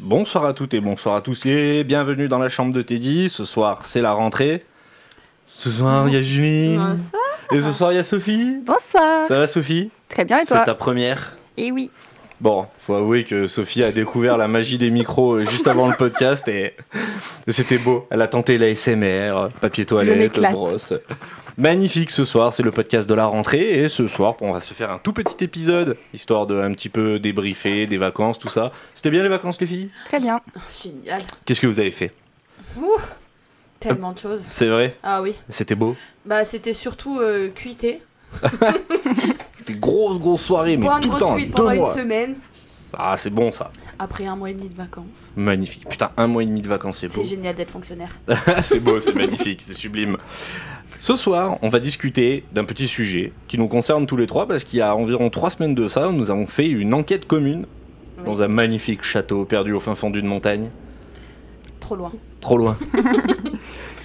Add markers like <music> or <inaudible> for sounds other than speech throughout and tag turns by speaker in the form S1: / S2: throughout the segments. S1: Bonsoir à toutes et bonsoir à tous et bienvenue dans la chambre de Teddy. Ce soir, c'est la rentrée. Ce soir, il y a Jumi.
S2: Ah,
S3: Bonsoir.
S1: Et ce soir, il y a Sophie.
S3: Bonsoir.
S1: Ça va, Sophie
S3: Très bien et
S1: C'est
S3: toi
S1: ta première.
S3: Et oui.
S1: Bon, faut avouer que Sophie a découvert la magie des micros euh, juste avant le podcast et c'était beau. Elle a tenté l'ASMR, papier toilette,
S3: m'éclate.
S1: brosse. Magnifique ce soir, c'est le podcast de la rentrée et ce soir, on va se faire un tout petit épisode histoire de un petit peu débriefer des vacances, tout ça. C'était bien les vacances, les filles
S3: Très bien.
S2: Ah, Génial.
S1: Qu'est-ce que vous avez fait
S2: Tellement de choses.
S1: C'est vrai
S2: Ah oui.
S1: C'était beau.
S2: Bah c'était surtout euh, cuité.
S1: Des grosses, grosses soirées, mais
S2: Pour une
S1: tout le
S2: grosse
S1: temps,
S2: cuite
S1: deux
S2: pendant une
S1: mois.
S2: semaine.
S1: Ah, c'est bon ça.
S2: Après un mois et demi de vacances.
S1: Magnifique. Putain, un mois et demi de vacances, c'est beau.
S2: C'est génial d'être fonctionnaire.
S1: <laughs> c'est beau, c'est magnifique, c'est sublime. Ce soir, on va discuter d'un petit sujet qui nous concerne tous les trois parce qu'il y a environ trois semaines de ça, nous avons fait une enquête commune
S2: Oui.
S1: dans un magnifique château perdu au fin fond d'une montagne.
S2: Trop loin.
S1: Trop loin.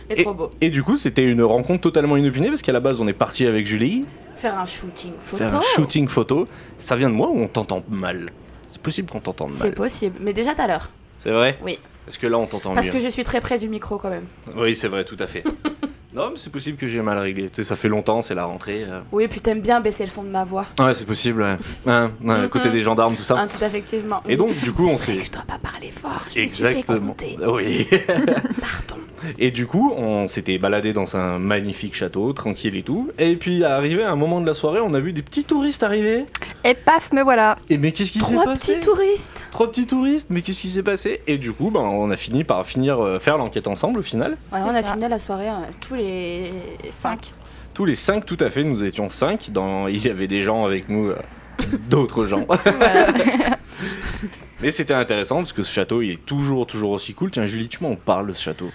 S2: Et, trop beau.
S1: Et du coup, c'était une rencontre totalement inopinée parce qu'à la base, on est parti avec Julie
S2: Faire un shooting photo.
S1: faire un shooting photo. Ça vient de moi ou on t'entend mal C'est possible qu'on t'entende
S2: C'est
S1: mal.
S2: possible. Mais déjà tout à l'heure.
S1: C'est vrai
S2: Oui.
S1: Est-ce que là, on t'entend
S2: Parce
S1: mieux
S2: que je suis très près du micro quand même.
S1: Oui, c'est vrai, tout à fait. <laughs> non, mais c'est possible que j'ai mal réglé. Tu sais, ça fait longtemps, c'est la rentrée. euh.
S2: Oui, puis t'aimes bien baisser le son de ma voix.
S1: Ouais, c'est possible. Ouais. Hein, <laughs> ouais, le côté des gendarmes, tout ça.
S2: Hein, tout effectivement.
S1: Et donc, du coup, on
S2: C'est vrai
S1: <laughs> s'est.
S2: que je dois pas parler fort. Je
S1: Exactement.
S2: Me
S1: <laughs>
S2: suis fait compter.
S1: Oui.
S2: Pardon.
S1: Et du coup, on s'était baladé dans un magnifique château, tranquille et tout. Et puis, arrivé à un moment de la soirée, on a vu des petits touristes arriver.
S3: Et paf, me voilà.
S1: Et mais qu'est-ce qui s'est
S2: Trois
S1: passé
S2: petits touristes.
S1: Trois petits touristes. Mais qu'est-ce qui s'est passé Et du coup, ben, on a fini par finir euh, faire l'enquête ensemble au final.
S2: Ouais,
S3: C'est
S2: on a
S3: ça.
S2: fini la soirée hein, tous les cinq.
S3: Cinq.
S1: Tous les cinq, tout à fait, nous étions cinq. Dans... <laughs> Il y avait des gens avec nous, euh, d'autres gens.
S3: Voilà.
S1: <laughs> Mais c'était intéressant parce que ce château, il est toujours, toujours aussi cool. Tiens, Julie, tu m'en parles de ce château.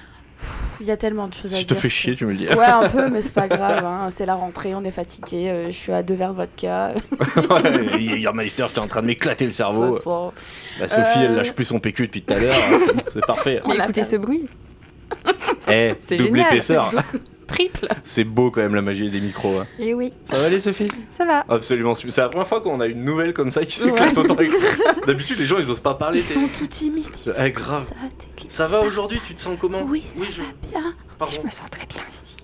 S2: Il y a tellement de choses à
S1: Si je
S2: dire.
S1: te fais
S2: sur
S1: chier, tu me le dis. <laughs>
S2: Ouais, un peu, mais c'est pas grave. hein. C'est la rentrée, on est fatigué. euh, je suis à deux verres vodka.
S1: Your Meister, t'es en train de m'éclater le cerveau.
S2: Ce soir,
S1: La Sophie,
S2: Euh.
S1: elle lâche plus son PQ depuis tout à l'heure. hein. C'est- C'est parfait.
S3: Mais
S2: On a
S3: écoutez
S2: perdu.
S3: ce bruit.
S1: Eh,
S3: C'est
S1: double
S3: génial.
S1: épaisseur.
S2: Triple.
S1: <laughs> C'est beau quand même la magie des micros. hein.
S3: Et Eh oui,
S1: Ça va aller, Sophie
S3: ça va.
S1: Absolument. C'est la première fois qu'on a une nouvelle comme ça qui s'éclate autant. D'habitude, les gens, ils osent pas parler.
S2: Ils sont tout timides. ils sont-
S1: Eh, grave.
S3: Ça va, Teddy
S1: Ça va aujourd'hui Tu te sens comment
S3: Oui, ça
S1: Oui, je-
S3: va bien.
S1: Pardon.
S3: Je me sens très bien ici.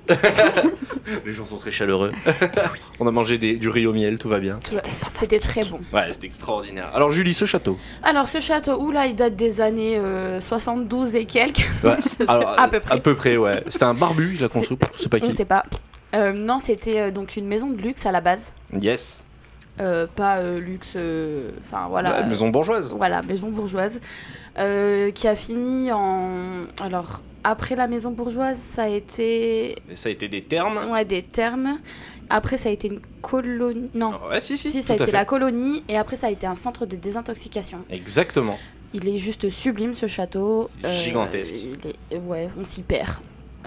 S1: Les gens sont très
S2: <laughs>
S1: chaleureux. On a mangé des- du riz au miel, tout va bien.
S2: Tu vois,
S3: C'était fantastique.
S2: C'était très bon.
S1: Ouais, c'était extraordinaire. Alors, Julie, ce château.
S2: Alors, ce château, oula, il date des années euh, 72 et quelques.
S1: Ouais,
S2: Je sais-
S1: alors,
S2: à peu près.
S1: À peu près, ouais. C'était un barbu, il a construit. Je sais pas
S2: on ne
S1: qui.
S2: sait pas. Euh, non, c'était euh, donc une maison de luxe à la base.
S1: Yes.
S2: Euh, pas euh, luxe. euh, Enfin, voilà. Euh,
S1: Ouais, maison bourgeoise.
S2: Voilà, maison bourgeoise, euh, qui a fini en... Alors, après la maison bourgeoise, ça a été...
S1: Et ça a été des termes.
S2: Ouais, des termes. Après, ça a été une colonie... Non.
S1: Ouais, si, si.
S2: Si, ça a
S1: tout à
S2: été
S1: fait.
S2: la colonie, et après, ça a été un centre de désintoxication.
S1: Exactement.
S2: Il est juste sublime, ce château. Euh,
S1: Gigantesque.
S2: il est- Ouais, on s'y perd.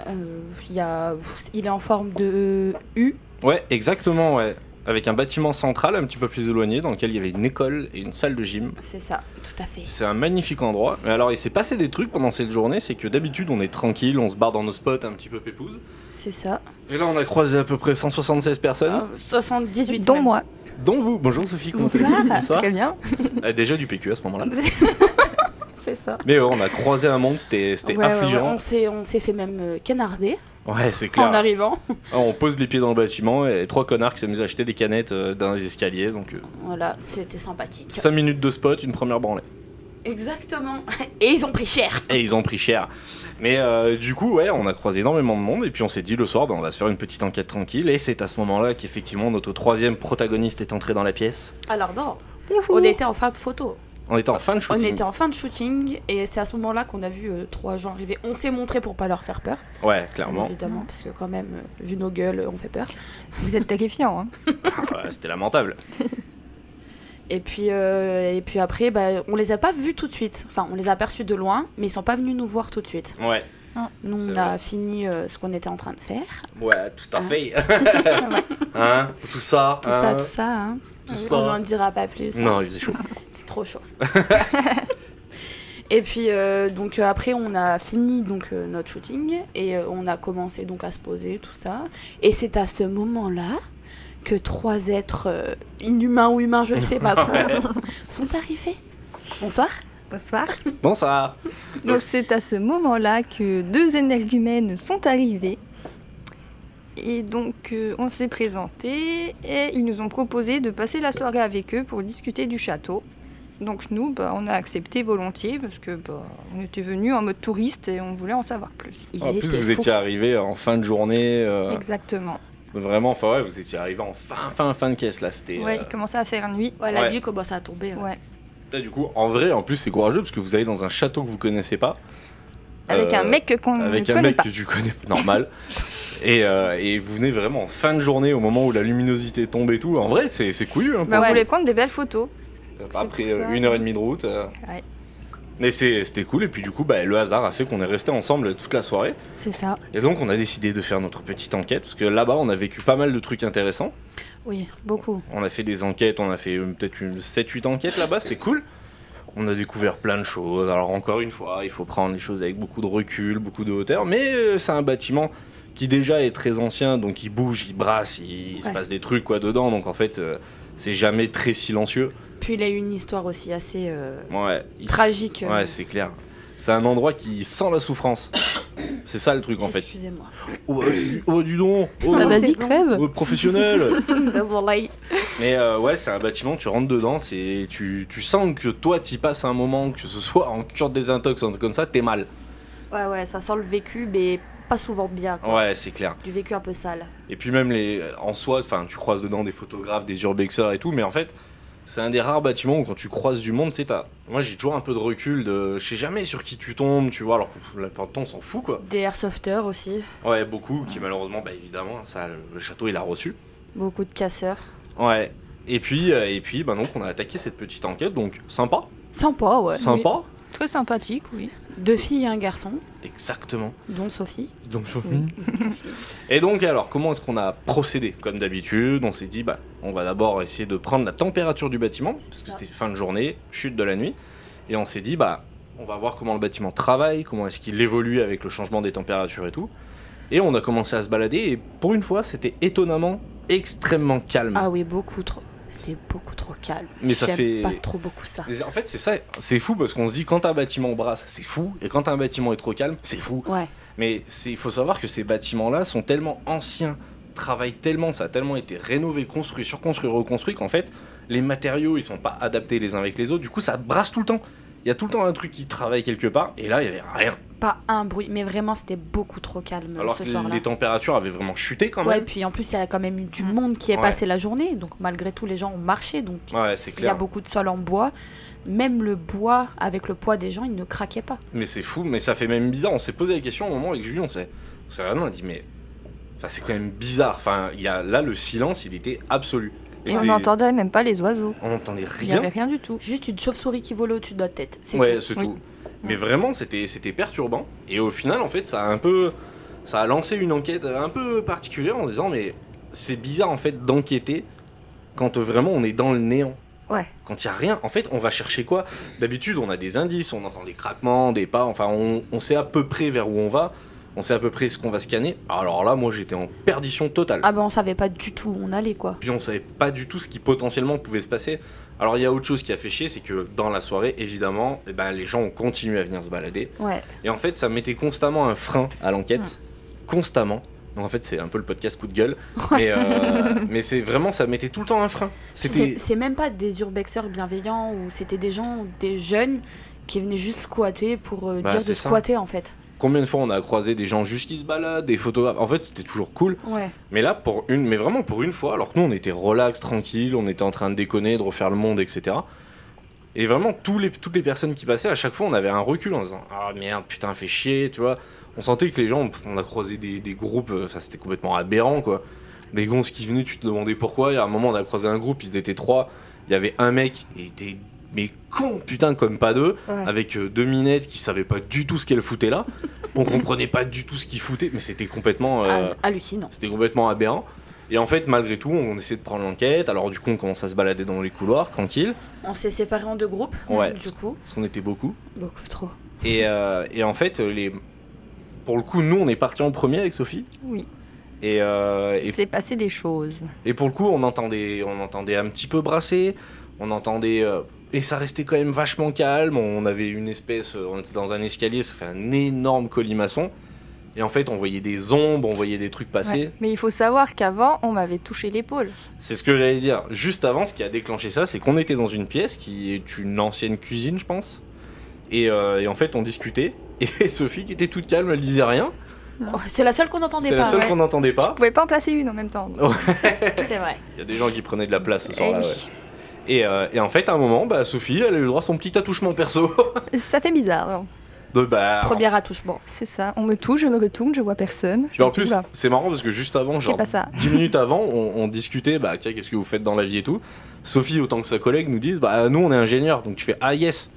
S2: Euh, il y a... Il est en forme de U.
S1: Ouais, exactement, ouais. Avec un bâtiment central un petit peu plus éloigné dans lequel il y avait une école et une salle de gym.
S2: C'est ça, tout à fait.
S1: C'est un magnifique endroit. Mais alors, il s'est passé des trucs pendant cette journée, c'est que d'habitude, on est tranquille, on se barre dans nos spots un petit peu pépouze.
S2: C'est ça.
S1: Et là, on a croisé à peu près 176 personnes,
S2: Euh, 78
S3: Dont
S2: même.
S3: moi.
S1: dont vous. Bonjour Sophie, comment
S2: Bonsoir.
S1: allez-vous Bonsoir.
S3: Très bien.
S1: Euh, déjà du PQ à ce moment-là.
S2: <laughs> C'est ça.
S1: Mais ouais, on a croisé un monde, c'était c'était
S2: Ouais, ouais, ouais,
S1: affligeant.
S2: on s'est- On s'est fait même euh, canarder
S1: Ouais, c'est clair.
S2: en arrivant.
S1: Ah, On pose les pieds dans le bâtiment et trois connards qui s'amusent à acheter des canettes euh, dans les escaliers. Donc,
S2: Voilà, c'était sympathique.
S1: 5 minutes de spot, une première branlée.
S2: Exactement. Et ils ont pris cher.
S1: Et ils ont pris cher. Mais euh, du coup, ouais, on a croisé énormément de monde. Et puis on s'est dit le soir, ben, on va se faire une petite enquête tranquille. Et c'est à ce moment-là qu'effectivement notre troisième protagoniste est entré dans la pièce.
S2: Alors non, on était en fin de photo.
S1: On était en fin de shooting.
S2: On était en fin de shooting et c'est à ce moment-là qu'on a vu euh, trois gens arriver. On s'est montré pour pas leur faire peur,
S1: Ouais, clairement.
S2: évidemment, parce que quand même, euh, vu nos gueules, euh, on fait peur.
S3: Vous êtes terrifiant. Hein.
S1: Ah, ouais, C'était lamentable.
S2: Et puis, euh, et puis après, bah, on les a pas vus tout de suite. Enfin, on les a aperçus de loin, mais ils sont pas venus nous voir tout de suite.
S1: Ouais,
S2: Nous,
S1: C'est
S2: on
S1: vrai.
S2: a fini euh, ce qu'on était en train
S1: <laughs>
S2: de faire.
S1: ouais, tout à
S2: Ah.
S1: fait. hein, tout ça,
S2: Tout
S1: hein,
S2: ça, tout ça. hein.
S1: tout
S2: Euh,
S1: ça.
S2: On n'en dira pas plus. hein.
S1: Non, il faisait <laughs> chaud.
S2: C'est trop chaud. <laughs> et puis euh, donc euh, après on a fini donc euh, notre shooting et euh, on a commencé donc à se poser tout ça et c'est à ce moment-là que
S1: <laughs>
S2: trois êtres euh, inhumains ou humains je ne sais pas trop sont arrivés. Bonsoir.
S3: Bonsoir.
S1: Bonsoir.
S3: Donc c'est à ce moment-là que deux énergumènes sont arrivés. Et donc euh, on s'est présenté et ils nous ont proposé de passer la soirée avec eux pour discuter du château. Donc nous, bah, on a accepté volontiers parce que bah, on était venus en mode touriste et on voulait en savoir plus.
S2: Ils
S1: En plus,
S2: étaient
S1: vous
S2: fous.
S1: étiez arrivé en fin de journée. euh,
S3: Exactement.
S1: vraiment, enfin, ouais, vous étiez arrivé en fin, fin, fin de caisse là. C'était.
S3: ouais,
S1: euh,
S3: il commençait à faire nuit.
S2: Ouais, la
S1: Ouais.
S2: nuit commence à tomber. hein.
S3: Ouais.
S1: là, du coup, en vrai, en plus, c'est courageux parce que vous allez dans un château que vous connaissez pas.
S3: Avec
S1: Euh,
S3: un mec qu'on ne
S1: Avec un
S3: connaît
S1: mec
S3: pas. Bah,
S1: que tu connais pas,
S3: <laughs>
S1: normal. et, euh, et vous venez vraiment en fin de journée au moment où la luminosité tombe et tout. En vrai, c'est c'est couillu. Hein, pour
S3: Bah,
S1: le
S3: On
S1: coup.
S3: voulait prendre des belles photos. c'est
S1: Après
S3: pour ça.
S1: euh, une heure et demie de route. euh.
S3: Ouais.
S1: Mais c'est- c'était cool. Et puis, du coup, bah, le hasard a fait qu'on est resté ensemble toute la soirée.
S3: C'est ça.
S1: Et donc, on a décidé de faire notre petite enquête parce que là-bas, on a vécu pas mal de trucs intéressants.
S2: Oui, beaucoup.
S1: On a fait des enquêtes, on a fait euh, peut-être une 7-8 enquêtes là-bas, c'était cool. On a découvert plein de choses. Alors encore une fois, il faut prendre les choses avec beaucoup de recul, beaucoup de hauteur, mais euh, c'est un bâtiment qui déjà est très ancien, donc il bouge, il brasse, il, il se
S2: Ouais.
S1: passe des trucs quoi dedans, donc en fait euh, c'est jamais très silencieux.
S2: Puis il a eu une histoire aussi assez. euh,
S1: Ouais, il-
S2: Tragique, euh.
S1: Ouais, c'est clair. C'est un endroit qui sent la souffrance. C'est ça le truc en fait.
S2: Excusez-moi.
S1: Oh, bah, du- oh, du don, oh,
S3: Bah,
S2: Ah,
S3: vas-y,
S2: bon.
S3: crève.
S1: oh, professionnel.
S2: Voilà.
S1: Mais euh, ouais, c'est un bâtiment, tu rentres dedans, c'est- tu, tu sens que toi, t'y passes un moment, que ce soit en cure des intox ou un truc comme ça, t'es mal.
S2: ouais, ouais, ça sent le vécu, mais pas souvent bien. quoi.
S1: Ouais, c'est clair.
S2: Du vécu un peu sale.
S1: Et puis même les, euh, en soi, enfin, tu croises dedans des photographes, des urbexeurs et tout, mais en fait, c'est un des rares bâtiments où quand tu croises du monde, c'est t'as... Moi, j'ai toujours un peu de recul de... Je sais jamais sur qui tu tombes, tu vois, alors que pff, la plupart du temps, on s'en fout, quoi.
S2: Des airsofters aussi.
S1: Ouais, beaucoup, qui malheureusement, bah évidemment, ça, le le château, il a reçu.
S2: Beaucoup de casseurs.
S1: Ouais. Et puis, euh, et puis, bah donc, on a attaqué cette petite enquête, donc sympa,
S2: Sympa, ouais.
S1: sympa.
S3: Très sympathique, oui.
S2: Deux filles et un garçon,
S1: Exactement.
S2: dont Sophie.
S1: Donc <laughs> Et donc alors, comment est-ce qu'on a procédé Comme d'habitude, on s'est dit, bah, on va d'abord essayer de prendre la température du bâtiment, parce que
S2: ça.
S1: c'était fin de journée, chute de la nuit, et on s'est dit, bah, on va voir comment le bâtiment travaille, comment est-ce qu'il évolue avec le changement des températures et tout. Et on a commencé à se balader, et pour une fois, c'était étonnamment extrêmement calme.
S2: Ah oui, beaucoup trop. C'est beaucoup trop calme.
S1: Mm. Mais ça
S2: J'aime
S1: fait-
S2: pas trop beaucoup ça.
S1: Mais en fait, c'est ça, c'est fou parce qu'on se dit quand un bâtiment brasse, c'est fou, et quand un bâtiment est trop calme, c'est fou.
S2: Ouais.
S1: Mais c'est- il faut savoir que ces bâtiments-là sont tellement anciens, travaillent tellement, ça a tellement été rénové, construit, surconstruit, reconstruit qu'en fait, les matériaux, ils sont pas adaptés les uns avec les autres. Du coup, ça brasse tout le temps. Il y a tout le temps un truc qui travaille quelque part, et là, il y avait rien.
S2: Pas un bruit, mais vraiment c'était beaucoup trop calme
S1: Alors
S2: ce
S1: que
S2: soir-là.
S1: les températures avaient vraiment chuté quand
S2: Ouais,
S1: même.
S2: puis en plus il y a quand même eu du
S3: Mm.
S2: monde qui est
S1: Ouais.
S2: passé la journée, donc malgré tout les gens ont marché, donc
S1: Ouais, c'est
S2: il y a
S1: clair.
S2: beaucoup de sol en bois. Même le bois, avec le poids des gens, il ne craquait pas.
S1: Mais c'est fou, mais ça fait même bizarre. On s'est posé la question au moment avec Julien, on s'est on s'est vraiment dit, mais. Enfin, c'est quand même bizarre. Enfin, il y a... là, le silence, il était absolu.
S3: Et,
S1: c'est-
S3: on n'entendait même pas les oiseaux.
S1: on entendait
S3: Il n'y
S1: rien.
S3: avait rien du tout.
S2: Juste une chauve-souris qui volait au-dessus de notre tête. C'est
S1: ouais,
S2: tout.
S1: c'est
S3: Oui.
S1: tout. Mais vraiment, c'était c'était perturbant. Et au final, en fait, ça a un peu, ça a lancé une enquête un peu particulière en disant, mais c'est bizarre en fait d'enquêter quand vraiment on est dans le néant.
S3: Ouais.
S1: Quand il y a rien, en fait, on va chercher quoi D'habitude, on a des indices, on entend des craquements, des pas. Enfin, on, on sait à peu près vers où on va. On sait à peu près ce qu'on va scanner. Alors là, moi, j'étais en perdition totale.
S2: Ah bah on savait pas du tout où on allait quoi.
S1: Puis on savait pas du tout ce qui potentiellement pouvait se passer. Alors il y a autre chose qui a fait chier, c'est que dans la soirée, évidemment, eh ben, les gens ont continué à venir se balader.
S2: Ouais.
S1: Et en fait, ça mettait constamment un frein à l'enquête. Constamment. Donc en fait, c'est un peu le podcast coup de gueule. Mais, euh, mais c'est vraiment, ça mettait tout le temps un frein. C'était.
S2: C'est c'est même pas des urbexeurs bienveillants ou c'était des gens, des jeunes qui venaient juste squatter pour euh,
S1: Bah,
S2: dire
S1: c'est
S2: de
S1: ça.
S2: squatter en fait.
S1: Combien de fois on a croisé des gens juste qui se baladent, des photographes. En fait, c'était toujours cool.
S2: Ouais.
S1: Mais là, pour une, mais vraiment pour une fois, alors que nous on était relax, tranquille, on était en train de déconner, de refaire le monde, etc. Et vraiment, tous les, toutes les personnes qui passaient, à chaque fois, on avait un recul en disant Ah merde, putain, fait chier, tu vois. On sentait que les gens, on a croisé des, des groupes, euh, ça c'était complètement aberrant, quoi. Des gonzes qui venaient, tu te demandais pourquoi. Et à un moment, on a croisé un groupe, ils étaient trois. Il y avait un mec, et il était, mais con, putain, comme pas deux,
S2: Ouais.
S1: avec euh, deux minettes qui savaient pas du tout ce qu'elles foutaient là. on comprenait pas du tout ce qu'ils foutaient, mais c'était complètement. euh,
S2: Ah, hallucinant.
S1: c'était complètement aberrant. Et en fait, malgré tout, on essaie de prendre l'enquête. Alors, du coup, on commence à se balader dans les couloirs, tranquille,
S2: On s'est séparés en deux groupes.
S1: Ouais.
S2: Du coup,
S1: parce qu'on était beaucoup.
S2: beaucoup trop.
S1: Et, euh, et en fait, les... pour le coup, nous, on est parti en premier avec Sophie.
S3: Oui.
S1: Et, euh, et,
S3: Il s'est passé des choses.
S1: et pour le coup, on entendait, on entendait un petit peu brasser. On entendait. euh, Et ça restait quand même vachement calme. On avait une espèce, euh, on était dans un escalier, ça fait un énorme colimaçon. Et en fait, on voyait des ombres, on voyait des trucs passer.
S3: Ouais. Mais il faut savoir qu'avant, on m'avait touché l'épaule.
S1: C'est ce que j'allais dire. Juste avant, ce qui a déclenché ça, c'est qu'on était dans une pièce qui est une ancienne cuisine, je pense. Et, euh, et en fait, on discutait. <laughs> Et Sophie, qui était toute calme, elle disait rien.
S2: Oh, c'est la seule qu'on n'entendait
S1: C'est
S2: pas.
S1: la seule
S2: ouais.
S1: qu'on n'entendait
S3: Je
S1: pas.
S3: pouvais pas en placer une en même temps. donc.
S1: <laughs>
S2: C'est vrai.
S1: Il y a des gens qui prenaient de la place Oh, ce soir-là.
S3: Eh
S1: ouais.
S3: oui.
S1: Et, euh, et en fait, à un moment, bah, Sophie, elle a eu le droit à son petit attouchement perso. <laughs>
S3: Ça fait bizarre. hein.
S1: De bah.
S2: Premier attouchement.
S3: C'est ça. On me touche, je me retourne, je vois personne.
S1: Puis en
S3: Je me dis,
S1: plus,
S3: oula,
S1: c'est marrant parce que juste avant,
S3: c'est
S1: genre
S3: pas ça.
S1: 10 minutes avant, on, on discutait, bah tiens, qu'est-ce que vous faites dans la vie et tout. Sophie, autant que sa collègue, nous disent, bah nous on est ingénieur, donc tu fais ah yes.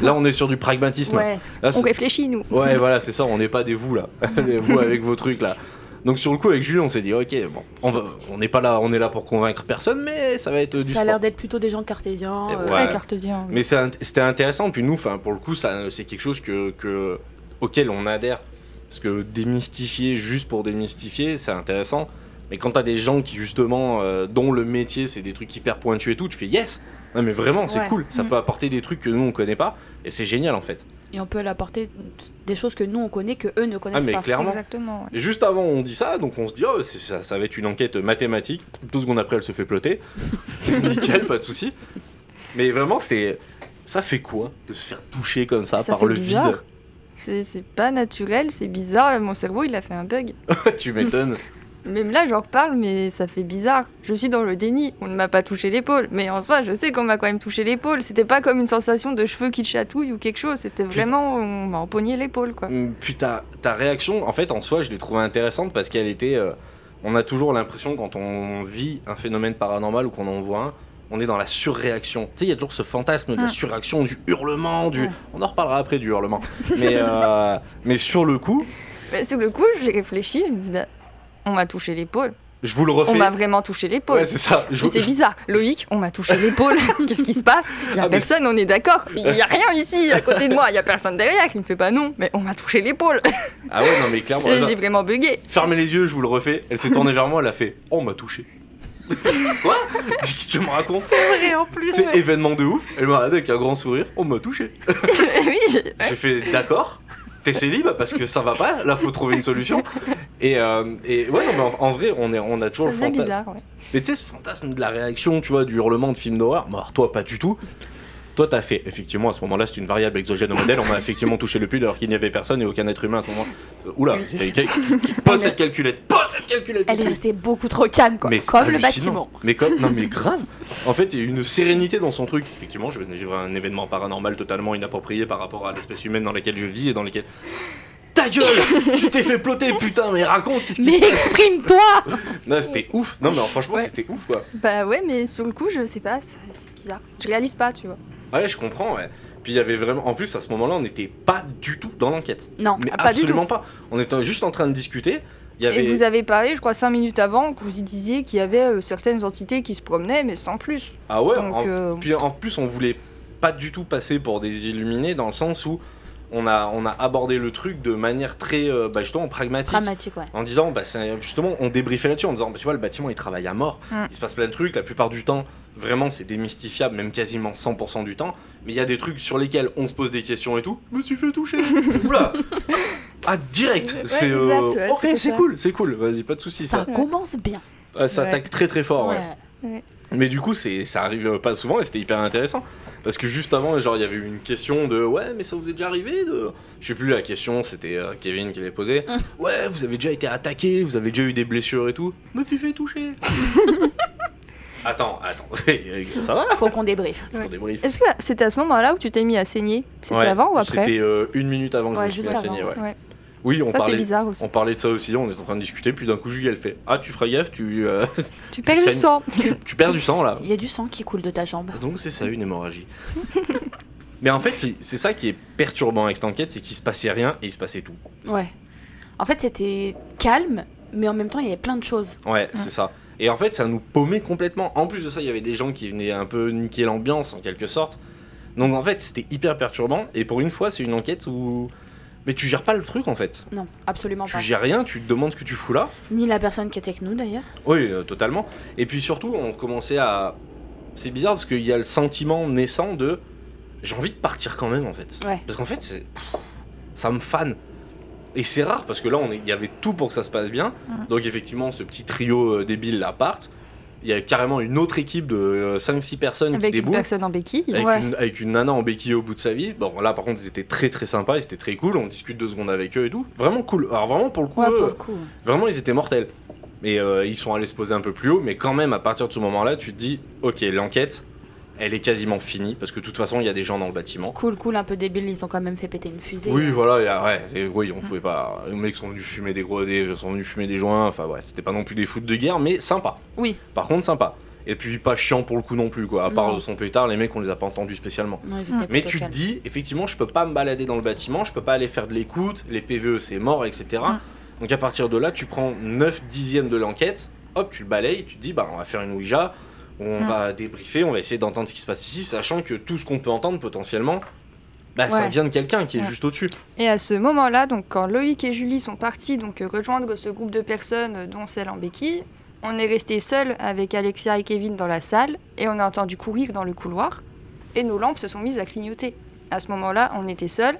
S1: Là on est sur du pragmatisme.
S3: Ouais,
S1: Là,
S3: on
S1: c'est-
S3: réfléchit nous.
S1: ouais, voilà, c'est ça, on n'est pas des vous là, <laughs> Les vous avec vos trucs là. Donc sur le coup avec Julien, on s'est dit ok bon, on va- on n'est pas là, on est là pour convaincre personne, mais ça va être du
S2: Ça a
S1: sport.
S2: l'air d'être plutôt des gens cartésiens.
S1: Et
S2: euh,
S1: ouais.
S3: Très cartésien. oui.
S1: Mais c'est int- c'était intéressant, puis nous, enfin, pour le coup, ça, c'est quelque chose que, que- auquel on adhère. Parce que démystifier juste pour démystifier, c'est intéressant. Mais quand t'as des gens qui, justement, euh, dont le métier, c'est des trucs hyper pointus et tout, tu fais yes Non, mais vraiment, c'est
S3: Ouais.
S1: cool. Ça
S3: Mm.
S1: peut apporter des trucs que nous, on connaît pas. Et c'est génial, en fait.
S2: Et on peut leur apporter des choses que nous on connaît que eux ne
S1: Ah,
S2: connaissent
S1: mais
S2: pas.
S1: clairement.
S3: Exactement. ouais.
S1: Et juste avant, on dit ça, donc on se dit, oh, c'est- ça, ça va être une enquête mathématique. Deux secondes après, elle se fait
S3: <laughs>
S1: ploter. Nickel, pas de souci. Mais vraiment, c'est. Ça fait quoi de se faire toucher comme ça,
S3: Ça
S1: par
S3: fait
S1: le
S3: bizarre.
S1: vide
S3: C'est c'est pas naturel, c'est bizarre. Mon cerveau, il a fait un bug.
S1: <laughs> Tu m'étonnes.
S3: Même là, j'en reparle, mais ça fait bizarre. Je suis dans le déni. On ne m'a pas touché l'épaule. Mais en soi, je sais qu'on m'a quand même touché l'épaule. C'était pas comme une sensation de cheveux qui te chatouillent ou quelque chose. C'était vraiment, on m'a empoigné l'épaule, quoi.
S1: Mm, Puis ta, ta réaction, en fait, en soi, je l'ai trouvée intéressante parce qu'elle était. euh, on a toujours l'impression, quand on vit un phénomène paranormal ou qu'on en voit un, on est dans la surréaction. Tu sais, il y a toujours ce fantasme de la
S3: Mm.
S1: surréaction, du hurlement, du.
S2: Ouais.
S1: On en reparlera après du hurlement. mais,
S3: <laughs>
S1: euh, mais sur le coup,
S3: Mais sur le coup, j'ai réfléchi. Je me dis, bah, on m'a touché l'épaule.
S1: je vous le
S3: On
S1: refais.
S3: m'a vraiment touché l'épaule.
S1: ouais, c'est ça. Je,
S3: Mais c'est
S1: je-
S3: bizarre. Loïc, on m'a
S1: <laughs>
S3: touché l'épaule. Qu'est-ce qui se passe Il y
S1: Ah,
S3: a
S1: mais-
S3: personne, on est d'accord. Il y a rien ici, à côté de moi. Il y a personne derrière qui me fait pas non. Mais on m'a touché l'épaule.
S1: Ah ouais, non, mais clairement.
S3: Et
S1: elle a-
S3: <laughs> J'ai
S1: <laughs>
S3: vraiment bugué.
S1: Fermez les yeux, je vous le refais. Elle s'est tournée vers moi, elle a fait On m'a
S3: <laughs>
S1: touché. Quoi Qu'est-ce que tu me racontes
S2: Et en plus. euh,
S1: C'est événement de ouf. Elle m'a regardé avec un grand sourire On m'a touché.
S3: oui. j'ai-
S1: J'ai fait d'accord, t'es célib parce que ça va pas, là faut trouver une solution. Et, euh, et ouais, non, mais en, en vrai, on, est, on a toujours
S3: Ça
S1: le
S3: faisait
S1: fantasme.
S3: bizarre, ouais.
S1: Mais tu sais, ce fantasme de la réaction, tu vois, du hurlement de film d'horreur, bon, alors toi, pas du tout. Toi, t'as fait, effectivement, à ce moment-là, c'est une variable exogène au modèle, on m'a effectivement touché le pull alors qu'il n'y avait personne et aucun être humain à ce moment. Euh, Oula, quel- quel- pose cette calculette, pose cette calculette tout
S2: Elle
S1: de
S2: est
S1: suite.
S2: restée beaucoup trop calme, quoi.
S1: Mais c'est
S2: Comme le
S1: hallucinant.
S2: bâtiment.
S1: Mais comme, non, mais grave. En fait, il y a une sérénité dans son truc. Effectivement, je viens de vivre un événement paranormal totalement inapproprié par rapport à l'espèce humaine dans laquelle je vis et dans laquelle. Ta gueule Tu t'es fait ploter, putain, mais raconte qu'est-ce qui
S2: Mais
S1: se passe
S2: exprime-toi
S1: <laughs> Non, c'était ouf. Non, mais franchement,
S3: Ouais.
S1: c'était ouf, quoi.
S3: Bah ouais, mais sur le coup, je sais pas, c'est c'est bizarre. Je réalise pas, tu vois.
S1: Ouais, je comprends, ouais. Puis il y avait vraiment. En plus, à ce moment-là, on n'était pas du tout dans l'enquête.
S2: Non,
S1: Mais
S2: ah, pas du
S1: absolument
S2: tout.
S1: pas. On était juste en train de discuter. Il y
S3: Et
S1: avait.
S3: vous avez parlé, je crois, cinq minutes avant, que vous disiez qu'il y avait euh, certaines entités qui se promenaient, mais sans plus.
S1: Ah ouais,
S3: Donc,
S1: en-
S3: euh,
S1: Puis en plus, on voulait pas du tout passer pour des illuminés dans le sens où on a, on a abordé le truc de manière très euh, bah, justement pragmatique.
S2: Dramatique, ouais.
S1: En disant, bah, c'est- justement, on débriefait là-dessus en disant, bah, tu vois, le bâtiment il travaille à mort,
S3: Mm.
S1: il se passe plein de trucs, la plupart du temps, vraiment c'est démystifiable, même quasiment 100% du temps, mais il y a des trucs sur lesquels on se pose des questions et tout. Je me suis fait
S3: <laughs>
S1: toucher Oula Ah, direct
S3: Ouais,
S1: C'est euh,
S3: exact, ouais,
S1: Ok,
S3: c'était
S1: c'est
S3: ça.
S1: cool, c'est cool, vas-y, pas de soucis.
S2: Ça
S1: Ça,
S2: commence bien.
S1: Ah, ça
S3: Ouais.
S1: attaque très très fort, ouais.
S2: Ouais.
S1: Mais du coup, c'est, ça arrive euh, pas souvent et c'était hyper intéressant. Parce que juste avant, genre, il y avait eu une question de Ouais, mais ça vous est déjà arrivé de... Je sais plus, la question, c'était euh, Kevin qui l'avait posée.
S3: Hum.
S1: Ouais, vous avez déjà été attaqué, vous avez déjà eu des blessures et tout. Me suis fait
S3: <laughs>
S1: toucher. attends, attends, <laughs> ça va
S2: Faut qu'on débriefe.
S1: Faut débrief.
S3: Est-ce que c'était à ce moment-là où tu t'es mis à saigner C'était
S1: Ouais,
S3: avant ou après
S1: C'était euh, une minute avant que
S2: Ouais,
S1: je me
S2: juste
S1: suis
S2: avant.
S1: enseigné, ouais.
S3: Ouais.
S1: Oui, on
S3: Ça, c'est
S1: parlait.
S3: bizarre aussi.
S1: On parlait de ça aussi, on est en train de discuter, puis d'un coup Julie elle fait Ah tu feras gaffe, tu, euh, <laughs>
S3: Tu perds du
S1: saignes. <laughs>
S3: sang.
S1: tu, tu perds du sang là.
S2: Il y a du sang qui coule de ta jambe.
S1: Donc c'est ça, une hémorragie. <laughs> Mais en fait, c'est- c'est ça qui est perturbant avec cette enquête, c'est qu'il se passait rien et il se passait tout.
S2: Ouais. En fait, c'était calme, mais en même temps, il y avait plein de choses.
S1: Ouais, c'est ça. Et en fait, ça nous paumait complètement. En plus de ça, il y avait des gens qui venaient un peu niquer l'ambiance en quelque sorte. Donc en fait, c'était hyper perturbant. Et pour une fois, c'est une enquête où. Mais tu gères pas le truc en fait.
S2: Non, absolument
S1: Tu
S2: pas.
S1: gères rien, tu te demandes ce que tu fous là.
S2: Ni la personne qui était avec nous, d'ailleurs.
S1: Oui, euh, totalement. Et puis surtout, on commençait à c'est bizarre parce qu'il y a le sentiment naissant de j'ai envie de partir quand même en fait.
S2: Ouais.
S1: Parce qu'en fait, c'est- pff, ça me fan. Et c'est rare parce que là, on est- il y avait tout pour que ça se passe bien.
S3: Mhm.
S1: Donc effectivement, ce petit trio euh, débile là part. Il y a carrément une autre équipe de 5-6 personnes
S3: Avec
S1: qui
S3: une
S1: déboule.
S3: personne en béquille.
S1: Avec,
S2: ouais.
S1: une, avec une nana en béquille au bout de sa vie. Bon, là par contre, ils étaient très très sympas, ils étaient très cool. On discute deux secondes avec eux et tout. Vraiment cool. Alors, vraiment pour le coup,
S2: Ouais,
S1: eux, euh,
S2: pour le coup.
S1: Vraiment, ils étaient mortels. Et euh, ils sont allés se poser un peu plus haut, mais quand même, à partir de ce moment-là, tu te dis, ok, l'enquête, elle est quasiment finie, parce que de toute façon, il y a des gens dans le bâtiment.
S2: Cool, cool, un peu débile, ils ont quand même fait péter une fusée.
S1: Oui, voilà, il y a- ouais, et oui, on pouvait pas. Les mecs sont venus fumer des gros, des, sont venus fumer des joints. Enfin bref, c'était pas non plus des foot de guerre, mais sympa.
S2: Oui.
S1: Par contre, sympa. Et puis pas chiant pour le coup non plus, quoi. À part
S2: Non.
S1: son pétard, les mecs, on les a pas entendus spécialement.
S2: Non, ils
S3: Mm.
S2: étaient
S1: Mais
S2: plutôt
S1: tu te
S2: calmes.
S1: dis, effectivement, je peux pas me balader dans le bâtiment, je peux pas aller faire de l'écoute, les PVE c'est mort, etc.
S2: Hum.
S3: Mm.
S1: Donc à partir de là, tu prends 9 dixièmes de l'enquête, hop, tu le balayes, tu te dis, bah on va faire une Ouija, on
S2: Hum.
S3: Mm.
S1: va débriefer, on va essayer d'entendre ce qui se passe ici, sachant que tout ce qu'on peut entendre potentiellement, bah ça
S2: Ouais.
S1: vient de quelqu'un qui est
S3: Ouais.
S1: juste au-dessus.
S3: Et à ce moment-là, donc quand Loïc et Julie sont partis donc euh, rejoindre ce groupe de personnes, euh, dont celle en béquille, on est resté seul avec Alexia et Kevin dans la salle et on a entendu courir dans le couloir et nos lampes se sont mises à clignoter. À ce moment-là, on était seuls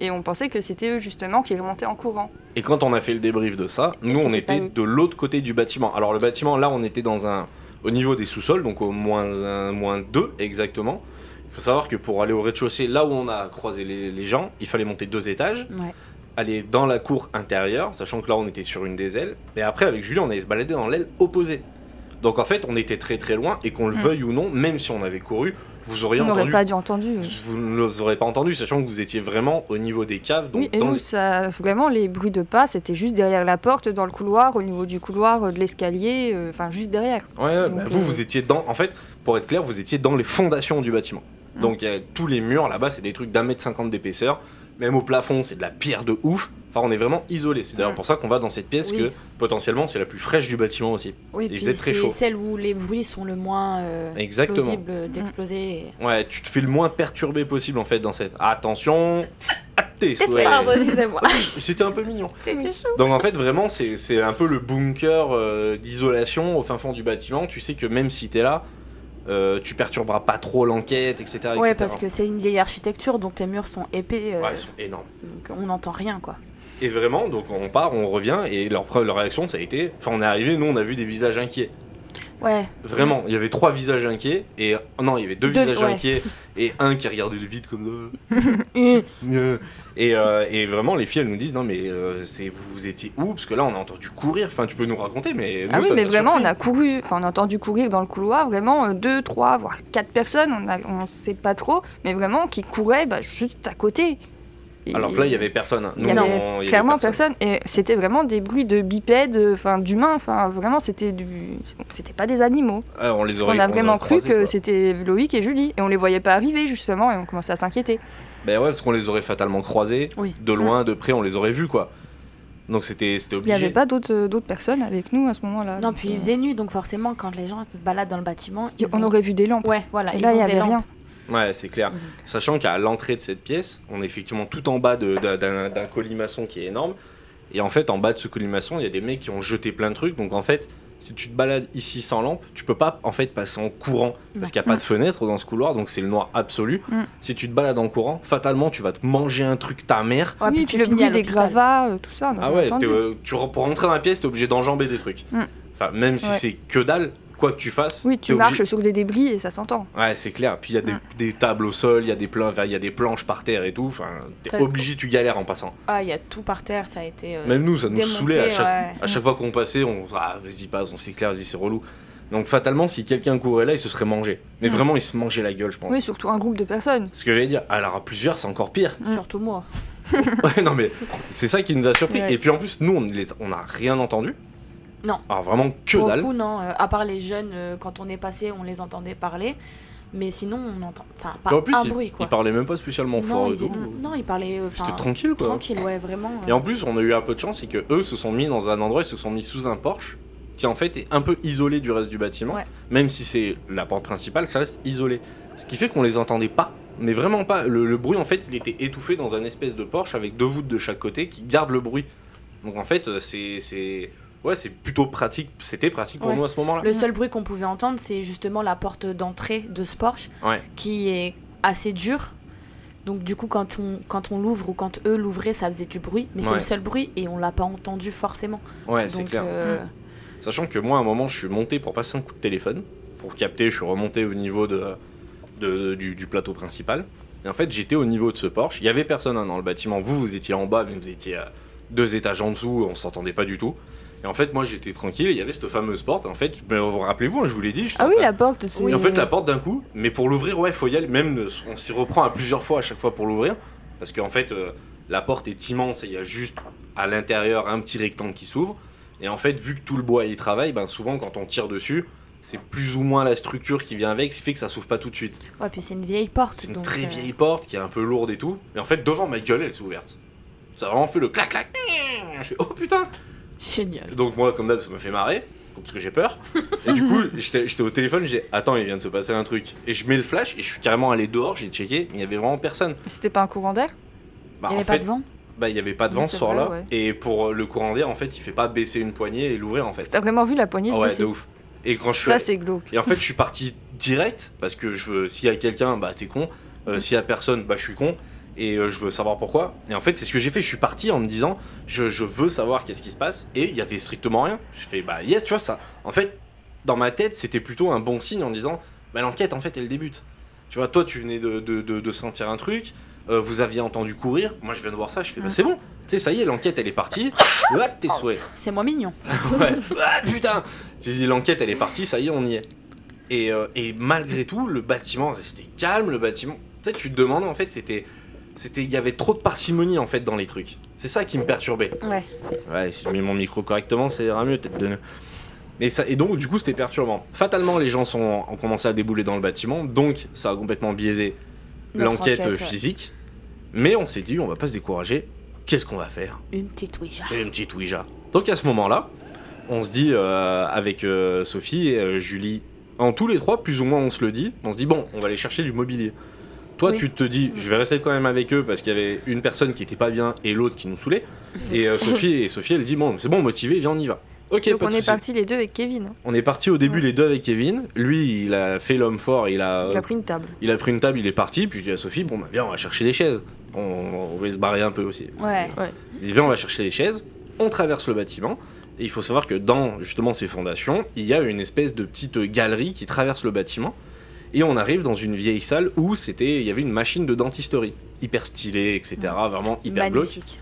S3: et on pensait que c'était eux justement qui remontaient en courant.
S1: Et quand on a fait le débrief de ça,
S2: Et
S1: nous on
S2: c'était pas
S1: était
S2: eux.
S1: de l'autre côté du bâtiment. Alors le bâtiment là on était dans un au niveau des sous-sols, donc au moins un, moins 2 exactement. Il faut savoir que pour aller au rez-de-chaussée, là où on a croisé les, les gens, il fallait monter deux étages,
S2: Ouais.
S1: aller dans la cour intérieure, sachant que là on était sur une des ailes. Et après avec Julie on allait se balader dans l'aile opposée. Donc en fait on était très très loin et qu'on le
S3: Mm.
S1: veuille ou non, même si on avait couru, vous auriez
S3: on n'aurait
S1: entendu.
S3: pas dû entendu. euh.
S1: Vous ne l'aurez pas entendu, sachant que vous étiez vraiment au niveau des caves, donc
S3: oui, et
S1: dans
S3: nous,
S1: les-
S3: ça, vraiment, les bruits de pas, c'était juste derrière la porte, dans le couloir, au niveau du couloir, euh, de l'escalier, euh, enfin juste derrière.
S1: Ouais, ouais,
S3: Donc,
S1: bah,
S3: euh,
S1: vous, vous étiez dans. En fait, pour être clair, vous étiez dans les fondations du bâtiment.
S3: Mm.
S1: Donc, il y a tous les murs là-bas, c'est des trucs d'un mètre cinquante d'épaisseur. Même au plafond, c'est de la pierre de ouf. Enfin, on est vraiment isolé. C'est d'ailleurs
S3: Mm.
S1: pour ça qu'on va dans cette pièce
S2: Oui.
S1: que potentiellement c'est la plus fraîche du bâtiment aussi.
S3: Bah,
S2: Oui,
S1: Il
S2: puis
S1: faisait très
S2: c'est
S1: chaud.
S2: celle où les bruits sont le moins euh,
S1: Exactement. Mm.
S2: plausibles d'exploser. et-
S1: Ouais, tu te fais le moins perturbé possible en fait dans cette.
S3: <laughs>
S1: Attention, à tes souhaits.
S2: Pardon,
S1: <laughs>
S2: excusez-moi.
S1: C'était un peu mignon.
S2: C'était chaud.
S1: Donc en fait, vraiment, c'est c'est un peu le bunker euh, d'isolation au fin fond du bâtiment. Tu sais que même si t'es là, euh, tu perturberas pas trop l'enquête, etc.
S2: Ouais,
S1: etc.
S2: parce que c'est une vieille architecture, donc les murs sont épais, euh,
S1: Ouais, ils sont énormes.
S2: donc on n'entend rien, quoi.
S1: Et vraiment, donc on part, on revient, et leur, preuve- leur réaction, ça a été. Enfin, on est arrivé, nous, on a vu des visages inquiets.
S2: Ouais,
S1: Vraiment, il y avait trois visages inquiets, et. Non, il y avait deux,
S2: Deux,
S1: visages
S2: ouais.
S1: inquiets, et un qui regardait le vide comme
S2: Mm.
S1: ça. et, euh, et vraiment, les filles, elles nous disent Non, mais euh, c'est- vous, vous étiez où Parce que là, on a entendu courir. Enfin, tu peux nous raconter, mais.
S3: Ah
S1: nous,
S3: oui,
S1: ça
S3: mais
S1: nous a
S3: vraiment, on
S1: surpris.
S3: a couru, enfin, on a entendu courir dans le couloir, vraiment, euh, deux, trois, voire quatre personnes, on ne on sait pas trop, mais vraiment, qui couraient bah, juste à côté. Et
S1: Alors que là, il y avait personne. hein.
S3: il
S1: Nous,
S3: y
S1: on-
S3: avait
S1: il y avait
S3: clairement personne. et c'était vraiment des bruits de bipèdes, euh, enfin, d'humains, enfin, vraiment, c'était du... c'était pas des animaux.
S1: Ah, on les
S3: On
S1: aurait
S3: a vraiment
S1: aurait
S3: cru
S1: croisés,
S3: que
S1: quoi.
S3: c'était Loïc et Julie, et on les voyait pas arriver, justement, et on commençait à s'inquiéter.
S1: Ben ouais, parce qu'on les aurait fatalement croisés.
S2: oui.
S1: De loin, de près, on les aurait vus, quoi. Donc c'était c'était
S3: Il n'y
S1: obligé.
S3: avait pas d'autres euh, d'autres personnes avec nous à ce moment-là.
S2: Non,
S3: donc,
S2: puis il faisait nu, donc forcément, quand les gens se baladent dans le bâtiment,
S3: euh,
S2: ils
S3: on
S2: ont-
S3: aurait vu des lampes.
S2: Ouais, voilà,
S3: Et
S2: ils
S3: là, il n'y
S2: ont des
S3: avait
S2: lampes.
S3: rien.
S1: Ouais, c'est
S3: Mhm.
S1: clair.
S2: Donc.
S1: Sachant qu'à l'entrée de cette pièce, on est effectivement tout en bas de- d'un- d'un d'un colimaçon qui est énorme. Et en fait, en bas de ce colimaçon, il y a des mecs qui ont jeté plein de trucs. Donc en fait, si tu te balades ici sans lampe, tu peux pas en fait passer en courant parce qu'il n'y a pas de fenêtre dans ce couloir, donc c'est le noir absolu.
S3: Mm.
S1: Si tu te balades en courant, fatalement, tu vas te manger un truc ta mère.
S2: Ouais,
S3: Ah oui,
S2: puis
S3: puis,
S2: tu
S3: le
S2: finis
S3: bruit
S2: à
S3: des
S2: l'hôpital.
S3: gravats, euh, tout ça. on
S1: Ah
S3: avait
S1: ouais,
S3: entendu.
S1: t'es, euh, tu, re- pour rentrer dans la pièce, t'es obligé d'enjamber des trucs.
S3: Mm.
S1: Enfin, même si
S3: Ouais.
S1: c'est que dalle, quoi que tu fasses.
S3: Oui,
S1: t'es
S3: tu
S1: obligé-
S3: marches sur des débris et ça s'entend.
S1: Ouais, c'est clair. Puis il y a des,
S3: Mm.
S1: des tables au sol, il y, a des plans- enfin, il y a des planches par terre et tout. Enfin, t'es
S2: Très-
S1: obligé, tu galères en passant.
S2: Ah, il y a tout par terre, ça a été. euh,
S1: Même nous, ça nous
S2: démonté,
S1: saoulait à chaque,
S2: ouais.
S1: à chaque fois qu'on passait. On ah, vas-y, passe, on s'éclaire, vas-y, c'est relou. Donc fatalement, si quelqu'un courait là, il se serait mangé. Mais
S3: Mm.
S1: vraiment, il se mangeait la gueule, je pense.
S3: Oui, surtout un groupe de personnes.
S1: Ce que j'allais dire, alors à plusieurs, c'est encore
S3: <laughs>
S1: pire.
S3: Mm.
S2: Surtout moi.
S1: Ouais, non, mais c'est ça qui nous a surpris.
S3: Ouais.
S1: Et puis en plus, nous, on les- on n'a rien entendu.
S2: Non.
S1: Alors vraiment, que
S2: Pour
S1: dalle.
S2: le coup, non. euh, à part les jeunes, euh, quand on est passé, on les entendait parler. Mais sinon, on entend. Enfin, pas
S1: Puis en plus,
S2: un
S1: ils,
S2: bruit,
S1: ils
S2: quoi.
S1: parlaient même pas spécialement fort.
S2: non,
S1: et
S2: ils étaient-
S1: tout.
S2: non, ils parlaient. euh,
S1: C'était
S2: enfin,
S1: tranquille, quoi.
S2: tranquille, ouais, vraiment. euh,
S1: Et en plus, on a eu un peu de chance, c'est que eux se sont mis dans un endroit, ils se sont mis sous un porche qui en fait est un peu isolé du reste du bâtiment,
S2: Ouais.
S1: même si c'est la porte principale, ça reste isolé. Ce qui fait qu'on les entendait pas, mais vraiment pas. Le, le bruit en fait, il était étouffé dans un espèce de porche avec deux voûtes de chaque côté qui gardent le bruit. Donc en fait, euh, c'est c'est ouais, c'est plutôt pratique. C'était pratique pour
S2: Ouais.
S1: nous à ce moment-là.
S2: Le seul bruit qu'on pouvait entendre, c'est justement la porte d'entrée de ce porche
S1: Ouais.
S2: qui est assez dure. Donc du coup, quand on, quand on l'ouvre ou quand eux l'ouvraient, ça faisait du bruit, mais c'est
S1: Ouais.
S2: le seul bruit et on l'a pas entendu forcément.
S1: Ouais, c'est
S2: Donc,
S1: clair.
S2: euh,
S1: Sachant que moi, à un moment, je suis monté pour passer un coup de téléphone, pour capter, je suis remonté au niveau de, de- du, du plateau principal. Et en fait, j'étais au niveau de ce Porsche. Il y avait personne hein, dans le bâtiment. Vous, vous étiez en bas, mais vous étiez à deux étages en dessous, on s'entendait pas du tout. Et en fait, moi, j'étais tranquille, et il y avait cette fameuse porte. En fait, ben, vous rappelez-vous, hein, je vous l'ai dit. j'étais
S3: Ah oui,
S1: train-
S3: la porte, c'est.
S1: Et en fait, la porte d'un coup, mais pour l'ouvrir, ouais, faut y aller. Même, euh, on s'y reprend à plusieurs fois à chaque fois pour l'ouvrir. Parce qu'en fait, euh, la porte est immense et il y a juste à l'intérieur un petit rectangle qui s'ouvre. Et en fait, vu que tout le bois y travaille, ben souvent quand on tire dessus, c'est plus ou moins la structure qui vient avec, ce qui fait que ça s'ouvre pas tout de suite.
S2: ouais, puis c'est une vieille porte.
S1: C'est une
S2: donc,
S1: très
S2: euh,
S1: vieille porte qui est un peu lourde et tout. Et en fait, devant ma gueule, elle s'est ouverte. Ça a vraiment fait le clac-clac. Je fais, oh putain
S2: Génial.
S1: donc moi, comme d'hab, ça me fait marrer, parce que j'ai peur. Et du coup, j'étais j'étais au téléphone, j'ai attends, il vient de se passer un truc. Et je mets le flash et je suis carrément allé dehors, j'ai checké, mais il y avait vraiment personne.
S3: C'était pas un courant d'air
S1: Bah,
S2: Il
S1: en
S2: n'y avait
S1: fait,
S2: pas de vent
S1: bah, il y avait pas de vent
S3: Oui,
S1: ce
S3: c'est
S1: soir-là.
S3: vrai, ouais.
S1: Et pour le courant d'air, en fait, il fait pas baisser une poignée et l'ouvrir en fait.
S3: T'as vraiment vu la poignée
S1: Ah
S3: se
S1: ouais,
S3: baisser
S1: de ouf. Et quand je suis
S3: Ça, c'est glauque.
S1: et en fait, je suis parti direct parce que je veux. S'il y a quelqu'un, bah t'es con. Euh, S'il y a personne, bah je suis con. Et euh, je veux savoir pourquoi. Et en fait, c'est ce que j'ai fait. Je suis parti en me disant, je, je veux savoir qu'est-ce qui se passe. Et il y avait strictement rien. Je fais, bah yes, tu vois ça. En fait, dans ma tête, c'était plutôt un bon signe en disant, bah l'enquête, en fait, elle débute. Tu vois, toi, tu venais de, de- de- de sentir un truc. euh, vous aviez entendu courir. Moi, je viens de voir ça. Je fais, bah
S3: Mm.
S1: c'est bon. Tu sais, ça y est, l'enquête, elle est partie. Là, tes souhaits.
S2: C'est moins mignon.
S1: Ouais. <laughs> Ah putain J'ai dit l'enquête elle est partie, ça y est on y est. Et, euh, et malgré tout, le bâtiment restait calme, le bâtiment. Tu sais, tu te demandes en fait, c'était. C'était, il y avait trop de parcimonie en fait dans les trucs. C'est ça qui me perturbait.
S2: Ouais.
S1: Ouais, si je mets mon micro correctement, ça ira mieux, tête de nœud. Mais ça, et donc du coup, c'était perturbant. Fatalement, les gens sont, ont commencé à débouler dans le bâtiment, donc ça a complètement biaisé
S2: Notre
S1: l'enquête
S2: enquête, ouais.
S1: physique. Mais on s'est dit, on va pas se décourager. Qu'est-ce qu'on va faire
S2: Une petite Ouija.
S1: et une petite Ouija. Donc à ce moment-là, on se dit euh, avec euh, Sophie et euh, Julie, en tous les trois, plus ou moins, on se le dit. On se dit bon, on va aller chercher du mobilier. Toi,
S2: Oui.
S1: tu te dis, je vais rester quand même avec eux parce qu'il y avait une personne qui était pas bien et l'autre qui nous saoulait. Et euh, Sophie, et Sophie, elle dit bon, c'est bon, motivé, viens, on y va. Ok,
S3: Donc
S1: pas
S3: on
S1: de
S3: est
S1: souci.
S3: partis les deux avec Kevin. hein.
S1: On est parti au début
S3: Ouais.
S1: les deux avec Kevin. Lui, il a fait l'homme fort, il a,
S3: Il a pris une table.
S1: il a pris une table, il est parti. Puis je dis à Sophie, bon, bah, viens, on va chercher des chaises. On, on va se barrer un peu aussi.
S2: Ouais.
S1: Il dit, viens, on va chercher les chaises. On traverse le bâtiment. Et il faut savoir que dans justement ces fondations, il y a une espèce de petite galerie qui traverse le bâtiment. Et on arrive dans une vieille salle où c'était, il y avait une machine de dentisterie. Hyper stylée, etc. Vraiment hyper glauque.
S2: Magnifique.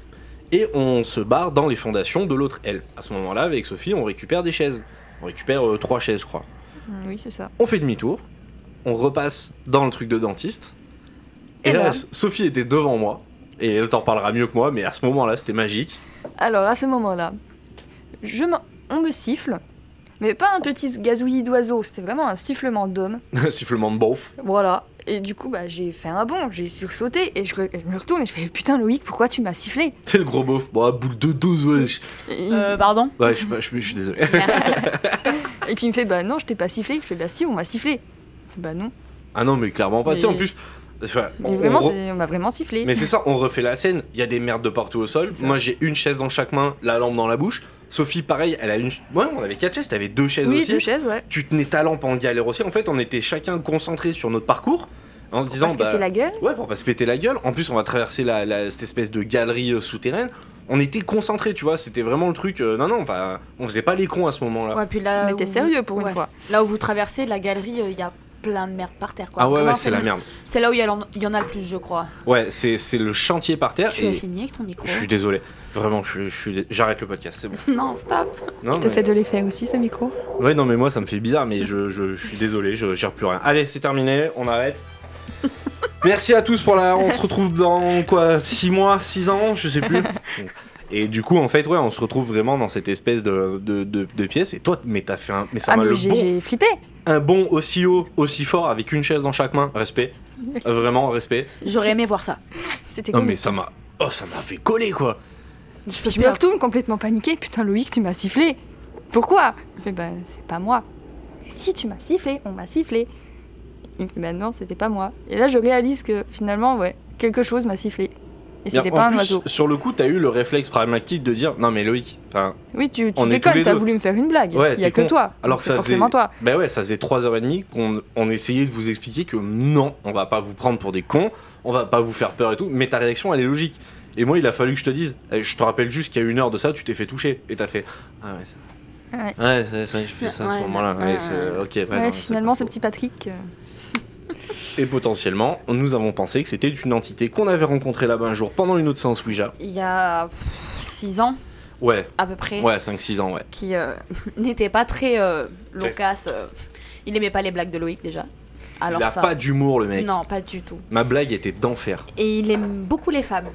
S1: Et on se barre dans les fondations de l'autre aile. À ce moment-là, avec Sophie, on récupère des chaises. On récupère euh, trois chaises, je crois.
S3: Mm, Oui, c'est ça.
S1: On fait demi-tour. On repasse dans le truc de dentiste. Et,
S3: Et ben,
S1: là,
S3: là
S1: Sophie était devant moi. Et elle t'en parlera mieux que moi, mais à ce moment-là, c'était magique. <laughs>
S3: Alors à ce moment-là, je m'en- on me siffle, mais pas un petit gazouillis d'oiseau, c'était vraiment un sifflement d'homme.
S1: sifflement de bof.
S3: Voilà. Et du coup, bah, j'ai fait un bond, j'ai sursauté et je, re- je me retourne et je fais Putain, Loïc, pourquoi tu m'as sifflé
S1: T'es le gros bof. Bah, boule de 12, wesh.
S3: et,
S2: Euh,
S3: <laughs>
S2: pardon
S1: Ouais, je suis pas- je suis je suis désolé. <laughs>
S3: et puis il me fait Bah non, je t'ai pas sifflé. Je fais Bah si, on m'a sifflé. Je fais, Bah non.
S1: Ah non, mais clairement pas. Tu sais, en
S3: Mais-
S1: plus. enfin,
S3: Mais
S1: on-
S3: vraiment,
S1: on re-
S3: c'est- on m'a vraiment sifflé.
S1: Mais c'est ça, on refait la scène. Il y a des merdes de partout au sol.
S3: C'est ça.
S1: Moi, j'ai une chaise dans chaque main, la lampe dans la bouche. Sophie, pareil, elle a une. Ouais, on avait quatre chaises, t'avais deux chaises
S3: oui,
S1: aussi.
S3: deux chaises, ouais.
S1: Tu tenais ta lampe en galère aussi. En fait, on était chacun concentrés sur notre parcours en se disant.
S3: Parce que
S1: bah,
S3: c'est la gueule.
S1: Ouais, pour pas se péter la gueule. En plus, on va traverser la, la- cette espèce de galerie euh, souterraine. On était concentrés, tu vois. C'était vraiment le truc. euh, non, non, enfin, on faisait pas les cons à ce moment-là.
S2: Ouais, puis
S3: On
S1: Ah
S2: là.
S3: était
S2: où-
S3: sérieux pour
S2: ouais.
S3: une fois.
S2: Là où vous traversez la galerie, euh, il y a plein de merde par terre. Quoi.
S1: ah ouais,
S2: Vraiment,
S1: ouais, c'est la
S2: le-
S1: merde.
S2: C'est là où il y, a l'en- il y en a le plus, je crois.
S1: Ouais, c'est c'est le chantier par terre.
S2: Tu
S1: et
S2: as fini avec ton micro
S1: Je suis désolé. Vraiment, je, je suis dé- j'arrête le podcast,
S3: <laughs>
S1: c'est bon.
S2: Non, stop
S1: Non,
S3: T'as
S1: mais...
S3: fait de l'effet aussi, ce micro
S1: Ouais, non, mais moi, ça me fait bizarre, mais je, je, je suis désolé, je gère plus rien. Allez, c'est terminé, on
S3: <laughs>
S1: arrête. Merci à tous pour la. On se retrouve dans quoi 6 mois, 6 ans, je sais
S3: <laughs>
S1: plus. Et du coup, en fait, ouais, on se retrouve vraiment dans cette espèce de, de, de- de pièce. Et toi, mais t'as fait un. Mais ça
S3: Ah,
S1: m'a
S3: mais
S1: le
S3: j'ai
S1: bon
S3: j'ai flippé.
S1: un bond aussi haut, aussi fort, avec une chaise dans chaque main.
S3: <laughs>
S1: Respect. Euh, Vraiment, respect.
S2: J'aurais aimé voir ça.
S3: C'était
S1: Non,
S3: cool.
S1: mais ça m'a. Oh, ça m'a fait coller, quoi.
S2: Je
S3: Puis je me retourne complètement paniquée. Putain, Loïc, tu m'as sifflé. Pourquoi Il fait, bah, c'est pas moi. Si tu m'as sifflé, on m'a sifflé. Il me fait, bah non, c'était pas moi. Et là, je réalise que finalement, ouais, quelque chose m'a sifflé. Et
S1: Bien,
S3: c'était
S1: en
S3: pas un
S1: plus,
S3: oiseau.
S1: Sur le coup, t'as eu le réflexe pragmatique de dire non mais Loïc. Enfin,
S3: Oui, tu, tu
S1: on est tous
S3: déconnes,
S1: les
S3: t'as
S1: deux.
S3: voulu me faire une blague. Il
S1: Ouais,
S3: y a
S1: t'es
S3: que
S1: con.
S3: toi.
S1: Alors
S3: Donc
S1: que
S3: c'est
S1: ça faisait-
S3: forcément toi.
S1: ben ouais, ça faisait 3h30 qu'on on essayait de vous expliquer que non, on va pas vous prendre pour des cons, on va pas vous faire peur et tout, mais ta réaction elle est logique. Et moi, il a fallu que je te dise, Eh, je te rappelle juste qu'il y a une heure de ça, tu t'es fait toucher. Et t'as fait. Ah ouais.
S3: Ouais.
S1: Ouais, c'est c'est vrai, je fais ça à
S2: Ouais,
S1: ce moment-là.
S2: ouais,
S1: Ouais,
S2: ouais.
S1: c'est- ok, ouais,
S3: Ouais,
S1: non, c'est
S3: finalement,
S1: pas
S3: ce
S1: faux.
S3: petit Patrick. euh,
S1: Et potentiellement, nous avons pensé que c'était une entité qu'on avait rencontrée là-bas un jour pendant une autre séance Ouija.
S2: Il y a 6 ans
S1: Ouais,
S2: à peu près,
S1: ouais, 5-6 ans, ouais.
S2: qui euh, <laughs> n'était pas très euh, loquace. euh, il aimait pas les blagues de Loïc déjà. Alors
S1: il a
S2: ça.
S1: pas d'humour, le mec.
S2: non, pas du tout.
S1: Ma blague était d'enfer.
S2: Et il aime beaucoup les femmes.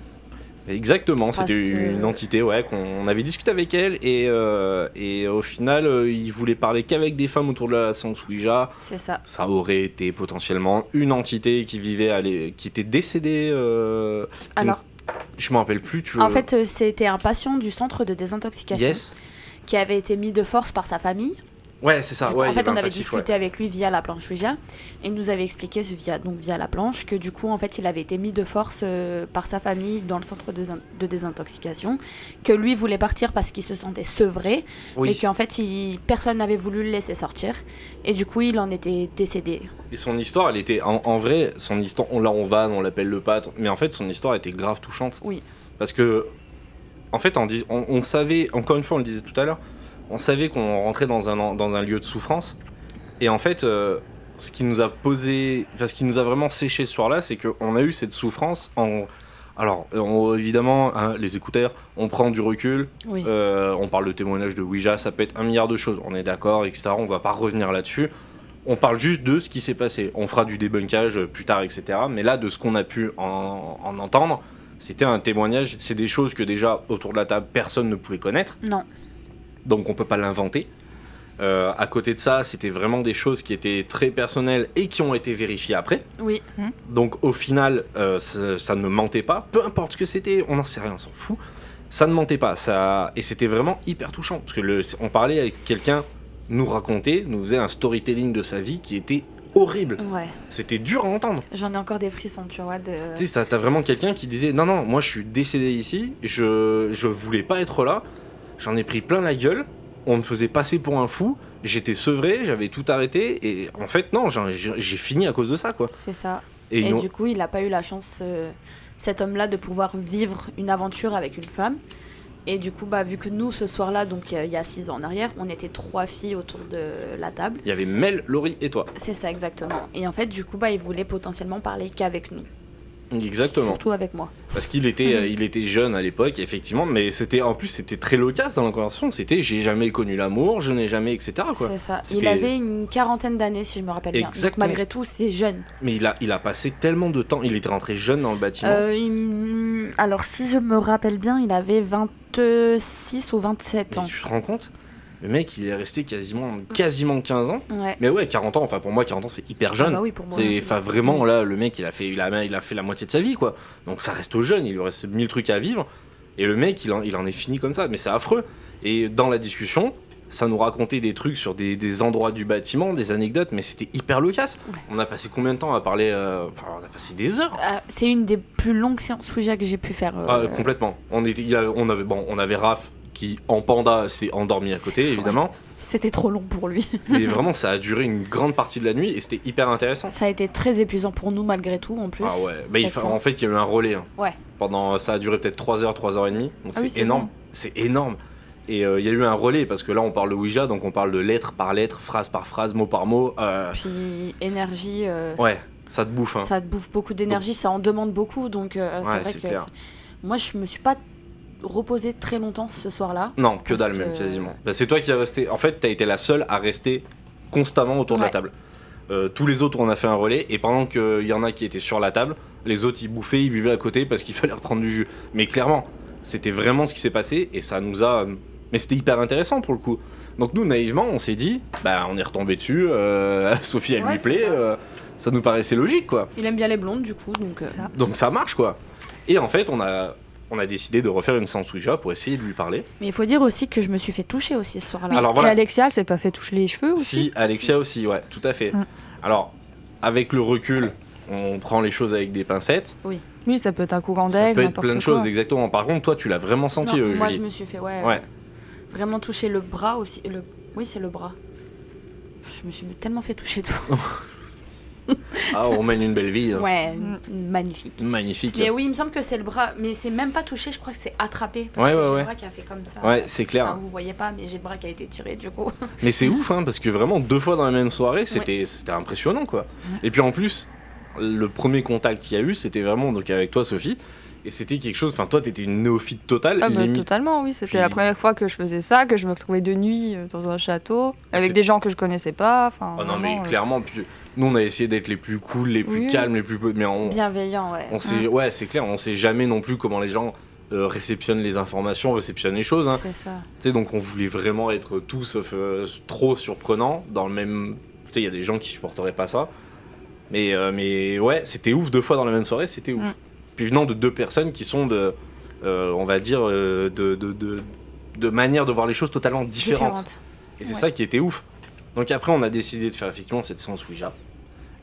S1: Exactement,
S2: Parce
S1: c'était
S2: que-
S1: une entité ouais, qu'on on avait discuté avec elle et, euh, et au final euh, il voulait parler qu'avec des femmes autour de la séance Ouija.
S2: C'est ça.
S1: Ça aurait été potentiellement une entité qui vivait, à l'é- qui était décédée. euh, qui ne-
S2: Alors,
S1: Je m'en rappelle plus. Tu
S2: en
S1: veux-
S2: fait, euh, c'était un patient du centre de désintoxication
S1: yes.
S2: qui avait été mis de force par sa famille.
S1: Ouais, c'est ça.
S2: Du coup,
S1: ouais,
S2: en
S1: il y
S2: fait, on
S1: un
S2: avait
S1: passif, ouais.
S2: discuté avec lui via la planche Ouija et il nous avait expliqué ce- via, donc via la planche que du coup, en fait, il avait été mis de force euh, par sa famille dans le centre de, de désintoxication, que lui voulait partir parce qu'il se sentait sevré et
S1: Oui.
S2: qu'en fait, il- personne n'avait voulu le laisser sortir et du coup, il en était décédé.
S1: Et son histoire, elle était en, en vrai, son histoire, on là on va, on l'appelle le pâte, mais en fait son histoire était grave touchante.
S2: Oui.
S1: Parce que, en fait, on, dis- on, on savait, encore une fois, on le disait tout à l'heure, on savait qu'on rentrait dans un, en- dans un lieu de souffrance. Et en fait, euh, ce qui nous a posé, enfin ce qui nous a vraiment séché ce soir-là, c'est qu'on a eu cette souffrance en. Alors, euh, on- évidemment, hein, les écouteurs, on prend du recul,
S2: Oui.
S1: euh, on parle de témoignage de Ouija, ça peut être un milliard de choses, on est d'accord, etc. On va pas revenir là-dessus. On parle juste de ce qui s'est passé. On fera du débunkage euh, plus tard, etc. Mais là, de ce qu'on a pu en, en entendre, c'était un témoignage. C'est des choses que déjà, autour de la table, personne ne pouvait connaître.
S2: Non.
S1: Donc on peut pas l'inventer. Euh, à côté de ça, c'était vraiment des choses qui étaient très personnelles et qui ont été vérifiées après.
S2: Oui.
S1: Donc au final, euh, ça, ça ne mentait pas. Peu importe ce que c'était, on n'en sait rien, on s'en fout. Ça ne mentait pas. Ça... Et c'était vraiment hyper touchant. Parce que le- on parlait avec quelqu'un, nous racontait, nous faisait un storytelling de sa vie qui était horrible.
S2: Ouais.
S1: C'était dur à entendre.
S2: J'en ai encore des frissons, tu vois. De...
S1: Tu sais, t'as- t'as vraiment quelqu'un qui disait Non, non, moi je suis décédé ici, je, je voulais pas être là, j'en ai pris plein la gueule, on me faisait passer pour un fou, j'étais sevré, j'avais tout arrêté, et en fait, non, j'en- j'ai j'ai fini à cause de ça, quoi.
S2: C'est ça.
S1: Et,
S2: Et,
S1: ils n'ont-
S2: du coup, il n'a pas eu la chance, euh, cet homme-là, de pouvoir vivre une aventure avec une femme. Et du coup, bah, vu que nous, ce soir-là, donc euh, il y a six ans en arrière, on était trois filles autour de la table.
S1: il y avait Mel, Laurie et toi.
S2: C'est ça, exactement. Et en fait, du coup, bah, il voulait potentiellement parler qu'avec nous.
S1: Exactement.
S2: Surtout Mhm. avec moi.
S1: Parce qu'il était, euh, il était jeune à l'époque, effectivement, mais c'était en plus, c'était très loquace dans la conversation. C'était J'ai jamais connu l'amour, je n'ai jamais, etc. Ah, Quoi.
S2: C'est ça. Il
S1: C'était-
S2: avait une quarantaine d'années, si je me rappelle bien. Donc,
S1: Exactement.
S2: malgré tout, c'est jeune.
S1: Mais il a, il a passé tellement de temps, il était rentré jeune dans le bâtiment.
S2: Euh, il- Alors, si je me rappelle bien, il avait 26 ou 27
S1: Mais
S2: ans.
S1: tu te rends compte Le mec, il est resté quasiment, quasiment 15 ans.
S2: Ouais.
S1: Mais ouais, 40 ans, enfin pour moi, 40 ans, c'est hyper jeune.
S2: Ah bah oui, pour moi.
S1: C'est-
S2: aussi.
S1: Enfin,
S2: Mm.
S1: vraiment, là, le mec, il a, fait, il, a, il a fait la moitié de sa vie, quoi. Donc, ça reste jeune, il lui reste mille trucs à vivre. Et le mec, il en, il en est fini comme ça, mais c'est affreux. Et dans la discussion, ça nous racontait des trucs sur des, des endroits du bâtiment, des anecdotes, mais c'était hyper loquace.
S2: Ouais.
S1: On a passé combien de temps à parler euh, Enfin, on a passé des heures.
S2: Euh, c'est une des plus longues séances Ouija que j'ai pu faire. euh,
S1: Ah, complètement. On, était, il y a- on, avait, bon, on avait Raph qui, en panda, s'est endormi à côté, évidemment.
S2: C'était trop long pour
S1: <laughs>
S2: lui. <laughs>
S1: Mais vraiment, ça a duré une grande partie de la nuit et c'était hyper intéressant.
S2: Ça a été très épuisant pour nous malgré tout en plus.
S1: Ah ouais, bah, il fa-
S2: Sept
S1: en
S2: séances.
S1: fait, il y a eu un relais. hein.
S2: Ouais.
S1: Pendant, ça a duré peut-être 3 heures, 3 heures et demie. Donc
S2: Ah oui,
S1: c'est
S2: c'est
S1: énorme.
S2: long.
S1: C'est énorme. Et euh, il y a eu un relais parce que là, on parle de Ouija, donc on parle de lettre par lettre, phrase par phrase, mot par mot. euh,
S2: Puis énergie, euh,
S1: Ouais, ça te bouffe. hein.
S2: ça te bouffe beaucoup d'énergie, ça en demande beaucoup donc euh,
S1: Ouais,
S2: c'est vrai
S1: c'est
S2: que
S1: clair.
S2: c'est- moi je me suis pas reposée très longtemps ce soir-là.
S1: Non, que dalle
S2: Parce
S1: même,
S2: que-
S1: quasiment. Bah, c'est toi qui as resté. En fait, t'as été la seule à rester constamment autour de la
S2: Ouais.
S1: table. Euh, tous les autres, on a fait un relais, et pendant qu'il y en a qui étaient sur la table, les autres, ils bouffaient, ils buvaient à côté parce qu'il <laughs> fallait reprendre du jus. Mais clairement, c'était vraiment ce qui s'est passé, et ça nous a. euh, Mais c'était hyper intéressant pour le coup. Donc, nous, naïvement, on s'est dit, bah, on est retombé dessus, euh, <laughs> Sophie, elle
S2: Ouais,
S1: lui
S2: c'est
S1: plaît,
S2: ça.
S1: euh, ça nous paraissait logique, quoi.
S2: Il aime bien les blondes du coup donc euh,
S3: Ça.
S1: Donc, ça marche, quoi. Et en fait, on a, on a décidé de refaire une séance Ouija pour essayer de lui parler.
S2: mais il faut dire aussi que je me suis fait toucher aussi ce soir-là.
S3: Oui,
S1: Alors voilà.
S3: Et Alexia, elle s'est pas fait toucher les cheveux aussi
S1: Si, Alexia aussi, ouais, tout à fait.
S3: Mm.
S1: Alors, avec le recul, on prend les choses avec des pincettes.
S3: Oui, ça peut être un courant
S1: Ça
S3: d'air,
S1: peut être
S3: n'importe
S1: plein
S3: quoi.
S1: de choses, exactement. Par contre, toi, tu l'as vraiment senti,
S2: Non,
S1: euh,
S2: moi,
S1: Julie.
S2: je me suis fait, ouais,
S1: Ouais.
S2: euh, vraiment toucher le bras aussi. Le... Oui, c'est le bras. Je me suis tellement fait toucher de
S1: Ah, on mène une belle vie. hein.
S2: Ouais,
S3: Mm.
S2: magnifique.
S1: Magnifique.
S2: Mais oui, il me semble que c'est le bras, mais c'est même pas touché, je crois que c'est attrapé. Parce
S1: Ouais,
S2: que
S1: ouais,
S2: j'ai
S1: ouais.
S2: le bras qui a fait comme ça.
S1: Ouais, c'est clair.
S2: Enfin, vous voyez pas, mais j'ai le bras qui a été tiré du coup.
S1: Mais c'est ouf, hein, parce que vraiment, deux fois dans la même soirée, c'était c'était impressionnant, quoi. Et puis en plus, le premier contact qu'il y a eu, c'était vraiment donc avec toi, Sophie. Et c'était quelque chose. Enfin, toi, t'étais une néophyte totale.
S3: Ah bah,
S1: limite.
S3: totalement, oui. C'était
S1: Puis-
S3: la première fois que je faisais ça, que je me retrouvais de nuit euh, dans un château,
S1: c'est-
S3: avec des gens que je connaissais pas. Enfin,
S1: Ah non, mais
S3: vraiment, euh,
S1: clairement, puis, nous, on a essayé d'être les plus cool, les plus
S3: Oui.
S1: calmes, les plus. Mais on,
S2: Bienveillant, ouais.
S1: on sait. Ouais, c'est clair, on sait jamais non plus comment les gens. euh, réceptionnent les informations, réceptionnent les choses. hein.
S2: C'est ça.
S1: Tu sais, donc on voulait vraiment être tout sauf euh, trop surprenant. Dans le même. Tu sais, il y a des gens qui supporteraient pas ça. Mais, euh, mais ouais, c'était ouf deux fois dans la même soirée, c'était ouf.
S3: Mm.
S1: Puis venant de deux personnes qui sont de. euh, on va dire. euh, de, de, de, de manière de voir les choses totalement différentes.
S2: Différente.
S1: Et c'est
S2: Ouais.
S1: ça qui était ouf. Donc après, on a décidé de faire effectivement cette séance Ouija.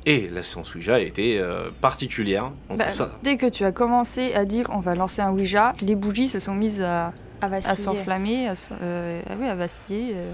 S1: Et la séance Ouija a été euh, particulière. Donc
S3: bah,
S1: ça,
S3: Dès que tu as commencé à dire on va lancer un Ouija, les bougies se sont mises à,
S2: À
S3: à
S2: vaciller.
S3: s'enflammer, à, s- euh, ah oui, à vaciller. euh,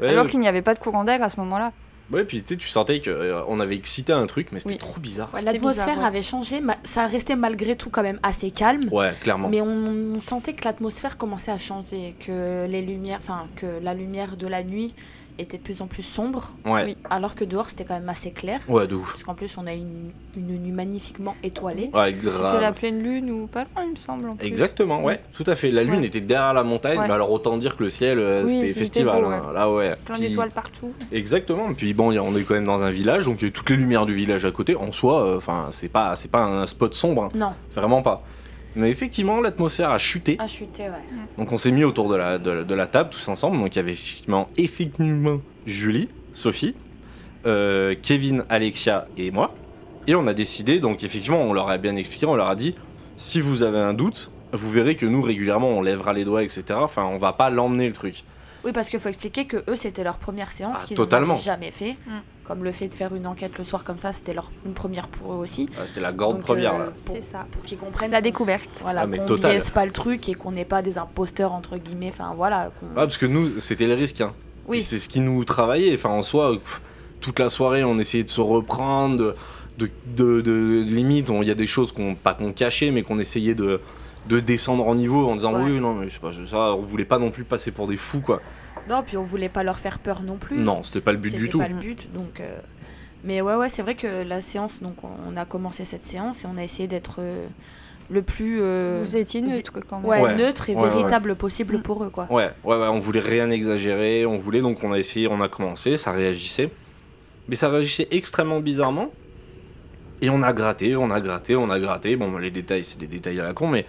S1: ouais,
S3: alors qu'il n'y avait pas de courant d'air à ce moment-là.
S1: ouais, puis tu sais, tu sentais qu'on avait excité un truc, mais c'était
S3: Oui.
S1: trop bizarre.
S2: Ouais,
S3: C'était
S2: L'atmosphère
S3: bizarre, ouais.
S2: avait changé, ma- ça restait malgré tout quand même assez calme.
S1: Ouais, clairement.
S2: Mais on, on sentait que l'atmosphère commençait à changer, que les lumières, enfin que la lumière de la nuit était de plus en plus sombre,
S1: Ouais.
S3: Oui.
S2: alors que dehors c'était quand même assez clair,
S1: Ouais, de ouf.
S2: parce qu'en plus on a une, une nuit magnifiquement étoilée.
S1: Ouais,
S3: C'était la
S1: grave.
S3: pleine lune ou pas loin, il me semble. en plus.
S1: Exactement, ouais, tout à fait. La lune
S3: Ouais.
S1: était derrière la montagne,
S3: Ouais.
S1: mais alors autant dire que le ciel, euh,
S3: Oui,
S1: c'était
S3: c'était
S1: festival.
S3: beau,
S1: hein. Là, ouais.
S3: Plein
S1: Puis-
S3: d'étoiles partout.
S1: Exactement. Puis bon, y a- on est quand même dans un village, donc il y a toutes les lumières du village à côté. En soi, euh, enfin, c'est pas, c'est pas un spot sombre, hein.
S2: Non, Ah,
S1: vraiment pas. Mais effectivement, l'atmosphère a chuté.
S2: à chuter, ouais.
S1: Donc on s'est mis autour de la, de, la- de la table tous ensemble. Donc il y avait effectivement, effectivement Julie, Sophie, euh, Kevin, Alexia et moi. Et on a décidé, donc effectivement, on leur a bien expliqué, on leur a dit, si vous avez un doute, vous verrez que nous régulièrement on lèvera les doigts, etc. Enfin, on va pas l'emmener le truc.
S2: Oui, parce qu'il faut expliquer que eux c'était leur première séance
S1: Ah,
S2: qu'ils
S1: totalement.
S2: n'avaient jamais fait,
S3: Mm.
S2: comme le fait de faire une enquête le soir comme ça, c'était leur une première pour eux aussi,
S1: Ah, C'était la grande
S2: Donc,
S1: première.
S2: euh,
S1: là.
S2: Pour-
S3: C'est ça.
S2: pour qu'ils comprennent
S3: La
S2: qu'on-
S3: découverte.
S2: Voilà,
S1: Ah, mais
S2: qu'on
S1: total.
S2: biaise pas le truc et qu'on n'est pas des imposteurs entre guillemets, enfin voilà. qu'on-
S1: Ah, parce que nous, c'était les risques. hein. Puis
S2: oui,
S1: C'est ce qui nous travaillait. Enfin, en soi, pff, toute la soirée, on essayait de se reprendre, de, de, de- de- limite, on- il y a des choses qu'on pas qu'on cachait, mais qu'on essayait de, de descendre en niveau en disant
S3: Ouais.
S1: oui, non, mais je sais pas, c'est ça, on voulait pas non plus passer pour des fous, quoi.
S2: non, puis on voulait pas leur faire peur non plus.
S1: Non, c'était pas le but
S2: C'était
S1: du tout.
S2: pas le but, donc. euh, Mais ouais, ouais, c'est vrai que la séance, donc on- on a commencé cette séance et on a essayé d'être euh, le plus euh,
S3: Vous étiez neutre quand même.
S2: ouais,
S1: Ouais,
S2: neutre et
S1: ouais, ouais. Mm.
S2: véritable possible pour eux, quoi.
S1: Ouais, ouais, ouais, on voulait rien exagérer, on voulait, donc on a essayé, on a commencé, ça réagissait. Mais ça réagissait extrêmement bizarrement. Et on a gratté, on a gratté, on a gratté. Bon, bah, les détails, c'est des détails à la con, mais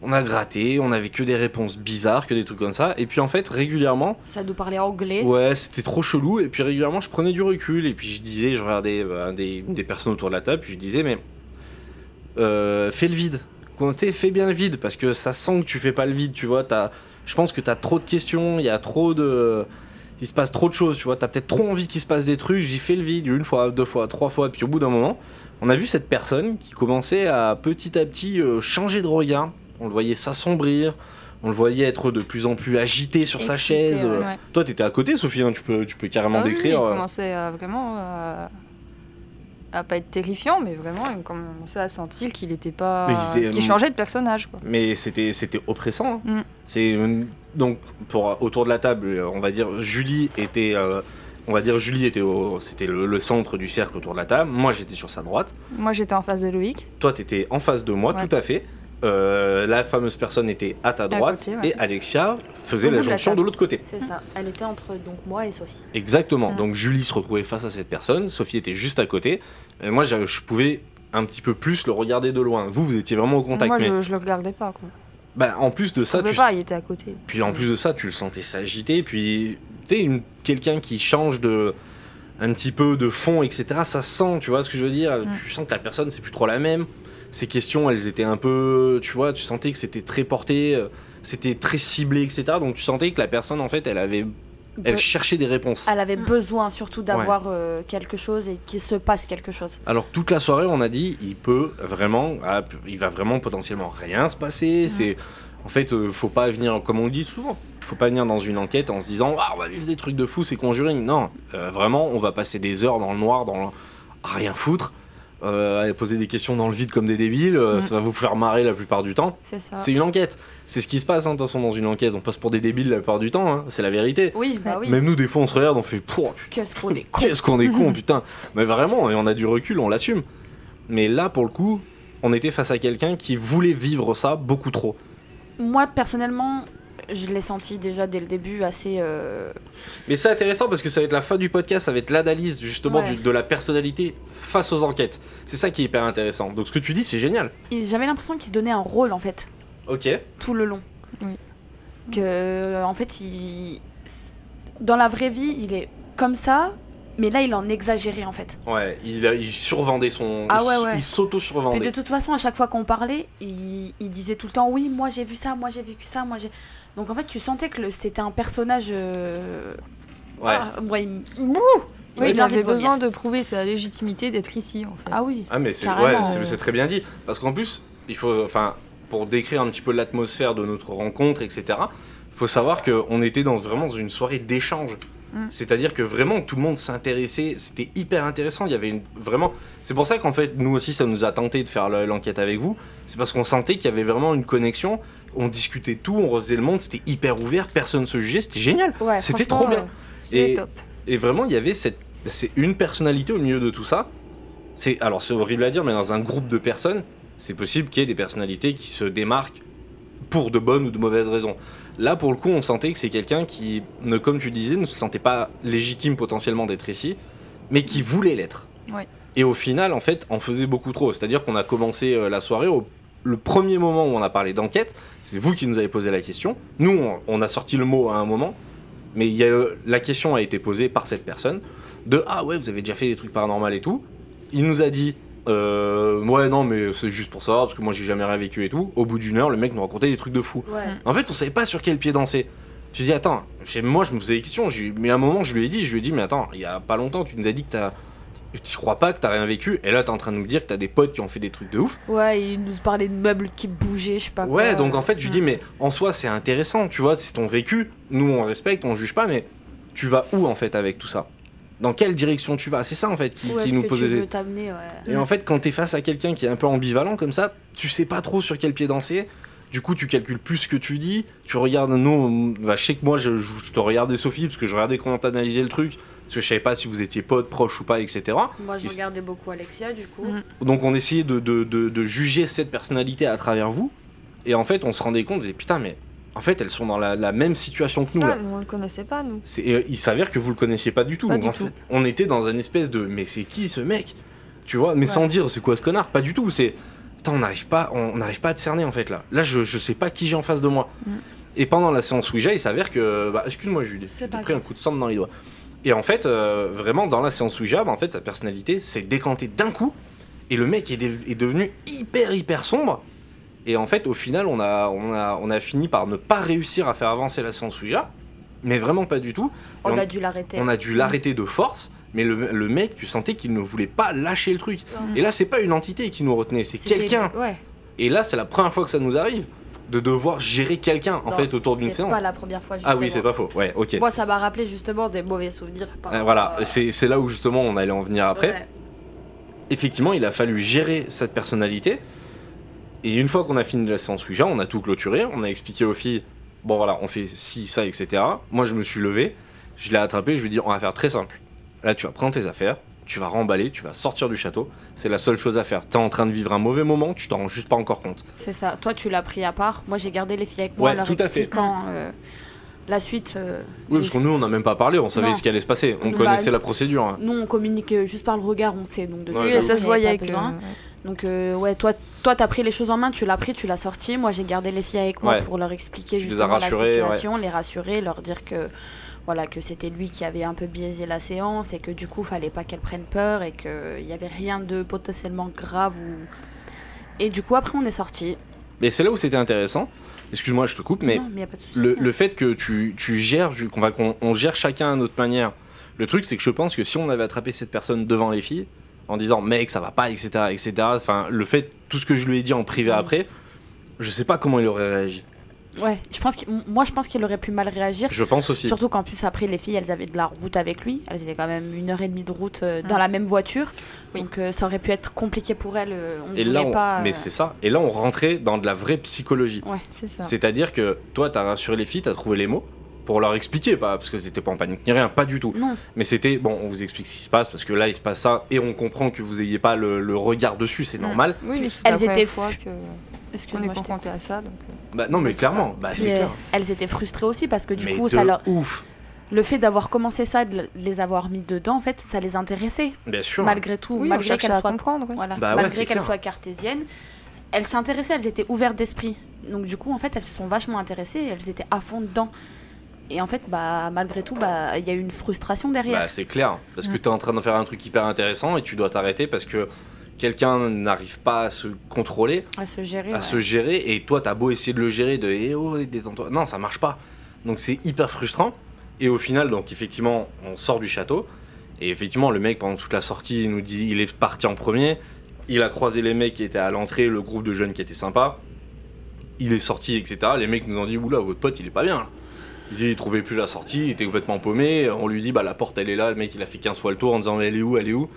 S1: on a gratté, on avait que des réponses bizarres, que des trucs comme ça. Et puis en fait, régulièrement,
S2: Ça nous parlait anglais.
S1: ouais, c'était trop chelou. Et puis régulièrement, je prenais du recul. Et puis je disais, je regardais euh, des, des personnes autour de la table, puis je disais, mais euh, fais le vide. Quand t'es- Fais bien le vide, parce que ça sent que tu fais pas le vide, tu vois. T'as, je pense que t'as trop de questions, il y a trop de. Il se passe trop de choses, tu vois. T'as peut-être trop envie qu'il se passe des trucs. J'y fais le vide une fois, deux fois, trois fois. Puis au bout d'un moment, on a vu cette personne qui commençait à petit à petit euh, changer de regard. On le voyait s'assombrir. On le voyait être de plus en plus agité sur sa
S2: Excité,
S1: chaise. euh,
S3: Ouais.
S1: Toi, t'étais à côté, Sophie. hein, tu, peux, tu peux carrément
S3: Ah oui,
S1: décrire.
S3: il
S1: euh,
S3: commençait à vraiment euh, à pas être terrifiant, mais vraiment, il commençait à sentir qu'il était
S1: Mais
S3: pas.
S1: il faisait- euh,
S3: qu'il changeait de personnage, quoi.
S1: mais c'était c'était oppressant. hein.
S3: Mm.
S1: C'est une- donc pour autour de la table, euh, on va dire Julie était euh, on va dire Julie était au- c'était le, le centre du cercle autour de la table. Moi, j'étais sur sa droite.
S3: Moi, j'étais en face de Loïc.
S1: Toi, t'étais en face de moi,
S3: Ouais.
S1: tout à fait. Euh, la fameuse personne était à ta droite
S3: côté, ouais.
S1: et Alexia faisait
S3: Au bout
S1: la
S3: de la
S1: jonction de
S3: table.
S1: l'autre côté.
S2: C'est ça. Elle était entre donc moi et Sophie.
S1: Exactement.
S3: Mm.
S1: Donc Julie se retrouvait face à cette personne, Sophie était juste à côté. Et moi, j'a- je pouvais un petit peu plus le regarder de loin. Vous, vous étiez vraiment au contact.
S3: Moi,
S1: mais
S3: je, je le regardais pas, quoi.
S1: bah, en plus de
S3: Je
S1: ça,
S3: pouvais
S1: tu,
S3: pas, il était à côté.
S1: Puis en plus de ça, tu le sentais s'agiter. Puis, tu sais, une- quelqu'un qui change de un petit peu de fond, etc. Ça sent, tu vois ce que je veux dire
S3: Mm.
S1: Tu sens que la personne, c'est plus trop la même. Ses questions, elles étaient un peu, tu vois, tu sentais que c'était très porté, euh, c'était très ciblé, etc. Donc tu sentais que la personne, en fait, elle avait Elle
S2: Be-
S1: cherchait des réponses.
S2: Elle avait besoin surtout d'avoir euh, quelque chose et qu'il se passe quelque chose.
S1: Alors toute la soirée, on a dit, il peut vraiment, ah, il va vraiment potentiellement rien se passer. C'est, en fait, euh, faut pas venir, comme on le dit souvent, faut pas venir dans une enquête en se disant, ah, on va vivre des trucs de fou, c'est Conjuring. Non, euh, vraiment, on va passer des heures dans le noir, dans le- à rien foutre, euh, à poser des questions dans le vide comme des débiles. euh,
S2: Mm.
S1: Ça va vous faire marrer la plupart du temps.
S2: C'est ça.
S1: C'est une enquête. C'est ce qui se passe hein, de toute façon dans une enquête. On passe pour des débiles la plupart du temps. hein, C'est la vérité.
S2: Oui, bah oui.
S1: Même nous, des fois, on se regarde, on fait, Pouah,
S2: Qu'est-ce qu'on est
S1: <laughs>
S2: con.
S1: Qu'est-ce qu'on est con, putain Mais vraiment, et on a du recul, on l'assume. Mais là, pour le coup, on était face à quelqu'un qui voulait vivre ça beaucoup trop.
S2: Moi, personnellement, je l'ai senti déjà dès le début assez. euh,
S1: Mais c'est intéressant parce que ça va être la fin du podcast, ça va être l'analyse justement
S2: Ouais.
S1: du- de la personnalité face aux enquêtes. C'est ça qui est hyper intéressant. Donc ce que tu dis, c'est génial.
S2: il- J'avais l'impression qu'il se donnait un rôle en fait,
S1: Ok.
S2: tout le long.
S3: Oui.
S2: Que, euh, en fait, il. Dans la vraie vie, il est comme ça, mais là, il en exagérait en fait.
S1: Ouais, il, a- il survendait son.
S2: Ah
S1: il
S2: ouais,
S1: s-
S2: ouais.
S1: Il s'auto-survendait.
S2: Mais de toute façon, à chaque fois qu'on parlait, il, il disait tout le temps oui, moi j'ai vu ça, moi j'ai vécu ça, moi j'ai. Donc en fait, tu sentais que le- c'était un personnage. euh,
S1: Ouais.
S2: ah, ouais, il-
S3: Oui, il
S2: a envie
S3: avait
S2: de vomir.
S3: besoin de prouver sa légitimité d'être ici, en fait.
S2: Ah oui.
S1: Ah mais c'est
S2: Carrément,
S1: ouais, c'est-
S2: euh.
S1: c'est très bien dit. Parce qu'en plus, il faut, enfin, pour décrire un petit peu l'atmosphère de notre rencontre, etc. Faut savoir qu'on était dans vraiment une soirée d'échange.
S3: Mm.
S1: C'est-à-dire que vraiment tout le monde s'intéressait, c'était hyper intéressant. Il y avait une, vraiment. C'est pour ça qu'en fait nous aussi ça nous a tenté de faire le- l'enquête avec vous. C'est parce qu'on sentait qu'il y avait vraiment une connexion. On discutait tout, on refaisait le monde, c'était hyper ouvert, personne se jugeait, c'était génial.
S2: Ouais,
S1: C'était
S2: franchement,
S1: trop bien.
S2: euh,
S3: C'était
S1: Et-
S3: top.
S1: Et vraiment, il y avait cette, c'est une personnalité au milieu de tout ça. C'est alors c'est horrible à dire, mais dans un groupe de personnes, c'est possible qu'il y ait des personnalités qui se démarquent pour de bonnes ou de mauvaises raisons. Là, pour le coup, on sentait que c'est quelqu'un qui, ne, comme tu disais, ne se sentait pas légitime potentiellement d'être ici, mais qui voulait l'être.
S3: Ouais.
S1: Et au final, en fait, on faisait beaucoup trop. C'est-à-dire qu'on a commencé euh, la soirée au le premier moment où on a parlé d'enquête, c'est vous qui nous avez posé la question. Nous, on, on a sorti le mot à un moment, mais il y a, eu- la question a été posée par cette personne de ah ouais, vous avez déjà fait des trucs paranormaux et tout. Il nous a dit euh, ouais non mais c'est juste pour ça parce que moi j'ai jamais rien vécu et tout. Au bout d'une heure, le mec nous racontait des trucs de fou.
S2: ouais.
S1: En fait, on savait pas sur quel pied danser. Je dis attends, chez moi je me faisais des questions, j'ai- mais à un moment je lui ai dit, je lui ai dit mais attends, il y a pas longtemps tu nous as dit que t'as tu crois pas que t'as rien vécu et là t'es en train de nous dire que t'as des potes qui ont fait des trucs de ouf.
S2: Ouais, il nous parlait de meubles qui bougeaient, je sais pas quoi.
S1: Ouais, donc en fait, je
S2: Mm.
S1: dis, mais en soi, c'est intéressant, tu vois, c'est ton vécu. Nous, on respecte, on juge pas, mais tu vas où en fait avec tout ça Dans quelle direction tu vas C'est ça en fait qui,
S2: Où
S1: qui
S2: est-ce
S1: nous
S2: que
S1: posait. Mmh.
S2: tu veux t'amener, ouais.
S1: Et en
S3: Mm.
S1: fait, quand t'es face à quelqu'un qui est un peu ambivalent comme ça, tu sais pas trop sur quel pied danser. Du coup, tu calcules plus ce que tu dis. Tu regardes, nous, on- bah, je sais que moi, je, je- je te regardais Sophie parce que je regardais comment t'analysais le truc. Parce que je savais pas si vous étiez potes, proches ou pas, etc.
S2: Moi, je
S1: Il s-
S2: regardais beaucoup Alexia, du coup.
S3: Mm.
S1: Donc on essayait de, de- de- de juger cette personnalité à travers vous. Et en fait, on se rendait compte, on disait putain, mais en fait, elles sont dans la, la même situation que nous.
S3: Ça,
S1: Là.
S3: on le connaissait pas, nous.
S1: C'est- et, euh, il s'avère que vous le connaissiez pas du tout.
S3: Pas
S1: donc
S3: du
S1: en
S3: tout.
S1: fait, on était dans un espèce de mais c'est qui ce mec Tu vois, mais sans dire c'est quoi ce connard Pas du tout. C'est putain, on n'arrive pas, on n'arrive pas à te cerner en fait là. Là, je, je sais pas qui j'ai en face de moi.
S3: Mm.
S1: Et pendant la séance Ouija, il s'avère que bah, excuse-moi, Julie,
S3: C'est
S1: j'ai
S3: pas
S1: pris un coup de sang dans les doigts. Et en fait, euh, vraiment, dans la séance Ouija, bah, en fait, sa personnalité s'est décantée d'un coup. Et le mec est, de- est devenu hyper, hyper sombre. Et en fait, au final, on a, on, a, on a fini par ne pas réussir à faire avancer la séance Ouija. Mais vraiment pas du tout. Et
S2: On
S1: on-
S2: a dû l'arrêter.
S1: On a dû l'arrêter de force. Mais le, le mec, tu sentais qu'il ne voulait pas lâcher le truc.
S3: Mm.
S1: Et là, c'est pas une entité qui nous retenait, c'est
S2: C'était-
S1: quelqu'un.
S2: Ouais.
S1: Et là, c'est la première fois que ça nous arrive de devoir gérer quelqu'un, en
S2: Non,
S1: fait, autour d'une
S2: c'est
S1: séance.
S2: pas la première fois,
S1: Ah oui,
S2: justement.
S1: c'est pas faux. Ouais, ok.
S2: Moi, ça m'a rappelé justement des mauvais souvenirs. par
S1: Euh,
S2: rapport
S1: voilà,
S2: à-
S1: c'est c'est là où justement on allait en venir après.
S2: Ouais.
S1: effectivement, il a fallu gérer cette personnalité. Et une fois qu'on a fini la séance Ouija, on a tout clôturé, on a expliqué aux filles, bon voilà, on fait ci, ça, etc. Moi, je me suis levé, je l'ai attrapé, je lui ai dit, on va faire très simple. Là, tu vas prendre tes affaires, tu vas remballer, tu vas sortir du château. C'est la seule chose à faire. T'es en train de vivre un mauvais moment, tu t'en rends juste pas encore compte.
S2: C'est ça. Toi, tu l'as pris à part. Moi, j'ai gardé les filles avec moi
S1: Ouais,
S2: en leur
S1: tout à fait.
S2: expliquant euh, la suite. euh,
S1: Oui,
S2: de-
S1: parce que nous, on n'a même pas parlé, on savait
S2: Non.
S1: ce qui allait se passer, on
S2: Bah,
S1: connaissait la procédure. hein.
S2: Nous, on communique euh, juste par le regard, on sait. Donc, de
S1: Ouais,
S2: toute
S3: Oui,
S1: j'avoue.
S2: façon,
S3: ça se
S2: on
S3: voyait
S2: n'avait
S3: que.
S2: pas besoin. Donc, euh, ouais, toi, toi, t'as pris les choses en main, tu l'as pris, tu l'as sorti. Moi, j'ai gardé les filles avec moi
S1: Ouais.
S2: pour leur expliquer
S1: Tu les as
S2: justement
S1: rassurées,
S2: la situation, les rassurer, leur dire que. Voilà, que c'était lui qui avait un peu biaisé la séance et que du coup, fallait pas qu'elles prennent peur et qu'il n'y avait rien de potentiellement grave. Ou... Et du coup, après, on est sorti.
S1: Mais c'est là où c'était intéressant. Excuse-moi, je te coupe, mais
S2: Non, mais y a pas de souci.
S1: le, le fait que tu, tu gères, ju- qu'on va- qu'on on gère chacun à notre manière. Le truc, c'est que je pense que si on avait attrapé cette personne devant les filles, en disant mec, ça va pas, etc., etc., enfin, le fait, tout ce que je lui ai dit en privé
S2: Mm.
S1: après, je sais pas comment il aurait réagi.
S2: Ouais, je pense qu'il- moi je pense qu'il aurait pu mal réagir.
S1: Je pense aussi.
S2: Surtout qu'en plus après les filles elles avaient de la route avec lui, elles avaient quand même une heure et demie de route euh, dans
S3: Mm.
S2: la même voiture,
S3: Oui.
S2: donc euh, ça aurait pu être compliqué pour elles. euh, on ne
S1: Et là, on-
S2: voulait pas. euh,
S1: mais c'est ça. Et là, on rentrait dans de la vraie psychologie.
S3: C'est ça.
S1: C'est-à-dire que toi, t'as rassuré les filles, t'as trouvé les mots pour leur expliquer, pas parce que c'était pas en panique ni rien, pas du tout.
S2: non,
S1: Mais c'était bon, on vous explique ce qui se passe parce que là, il se passe ça et on comprend que vous ayez pas le, le regard dessus, c'est
S2: Mm.
S1: normal.
S3: Oui, mais c'est
S2: Elles
S3: la première
S2: étaient
S3: fois
S2: fu-
S3: que- qu'on est
S2: excuse-moi. je t'ai-
S3: confronté à ça. Donc... euh,
S1: Bah non, mais
S3: Mais c'est
S1: clairement, bah c'est
S2: Mais
S1: clair.
S2: Elles étaient frustrées aussi parce que du
S1: mais
S2: coup
S1: de
S2: ça leur-
S1: ouf,
S2: le fait d'avoir commencé ça, de le- les avoir mis dedans en fait, ça les intéressait
S1: bien sûr.
S2: malgré tout,
S3: Oui, on
S2: malgré
S3: cherche
S2: qu'elles
S3: à
S2: soient
S3: comprendre. ouais.
S2: Voilà.
S1: Bah ouais,
S2: Malgré
S1: c'est
S2: qu'elles
S1: clair.
S2: soient cartésiennes, elles s'intéressaient, elles étaient ouvertes d'esprit. Donc du coup, en fait, elles se sont vachement intéressées, et elles étaient à fond dedans. Et en fait, bah, malgré tout, bah, il y a eu une frustration derrière.
S1: Bah c'est clair, parce que
S2: Mm.
S1: t'es en train de faire un truc hyper intéressant et tu dois t'arrêter parce que quelqu'un n'arrive pas à se contrôler.
S2: à se gérer.
S1: Bah, à
S2: ouais.
S1: se gérer et toi t'as beau essayer de le gérer de eh oh détends-toi non ça marche pas donc c'est hyper frustrant et au final donc effectivement on sort du château et effectivement le mec pendant toute la sortie il nous dit il est parti en premier il a croisé les mecs qui étaient à l'entrée le groupe de jeunes qui était sympa il est sorti etc les mecs nous ont dit oula votre pote il est pas bien là. il dit il trouvait plus la sortie il était complètement paumé on lui dit bah la porte elle est là le mec il a fait 15 fois le tour en disant mais elle est où elle est où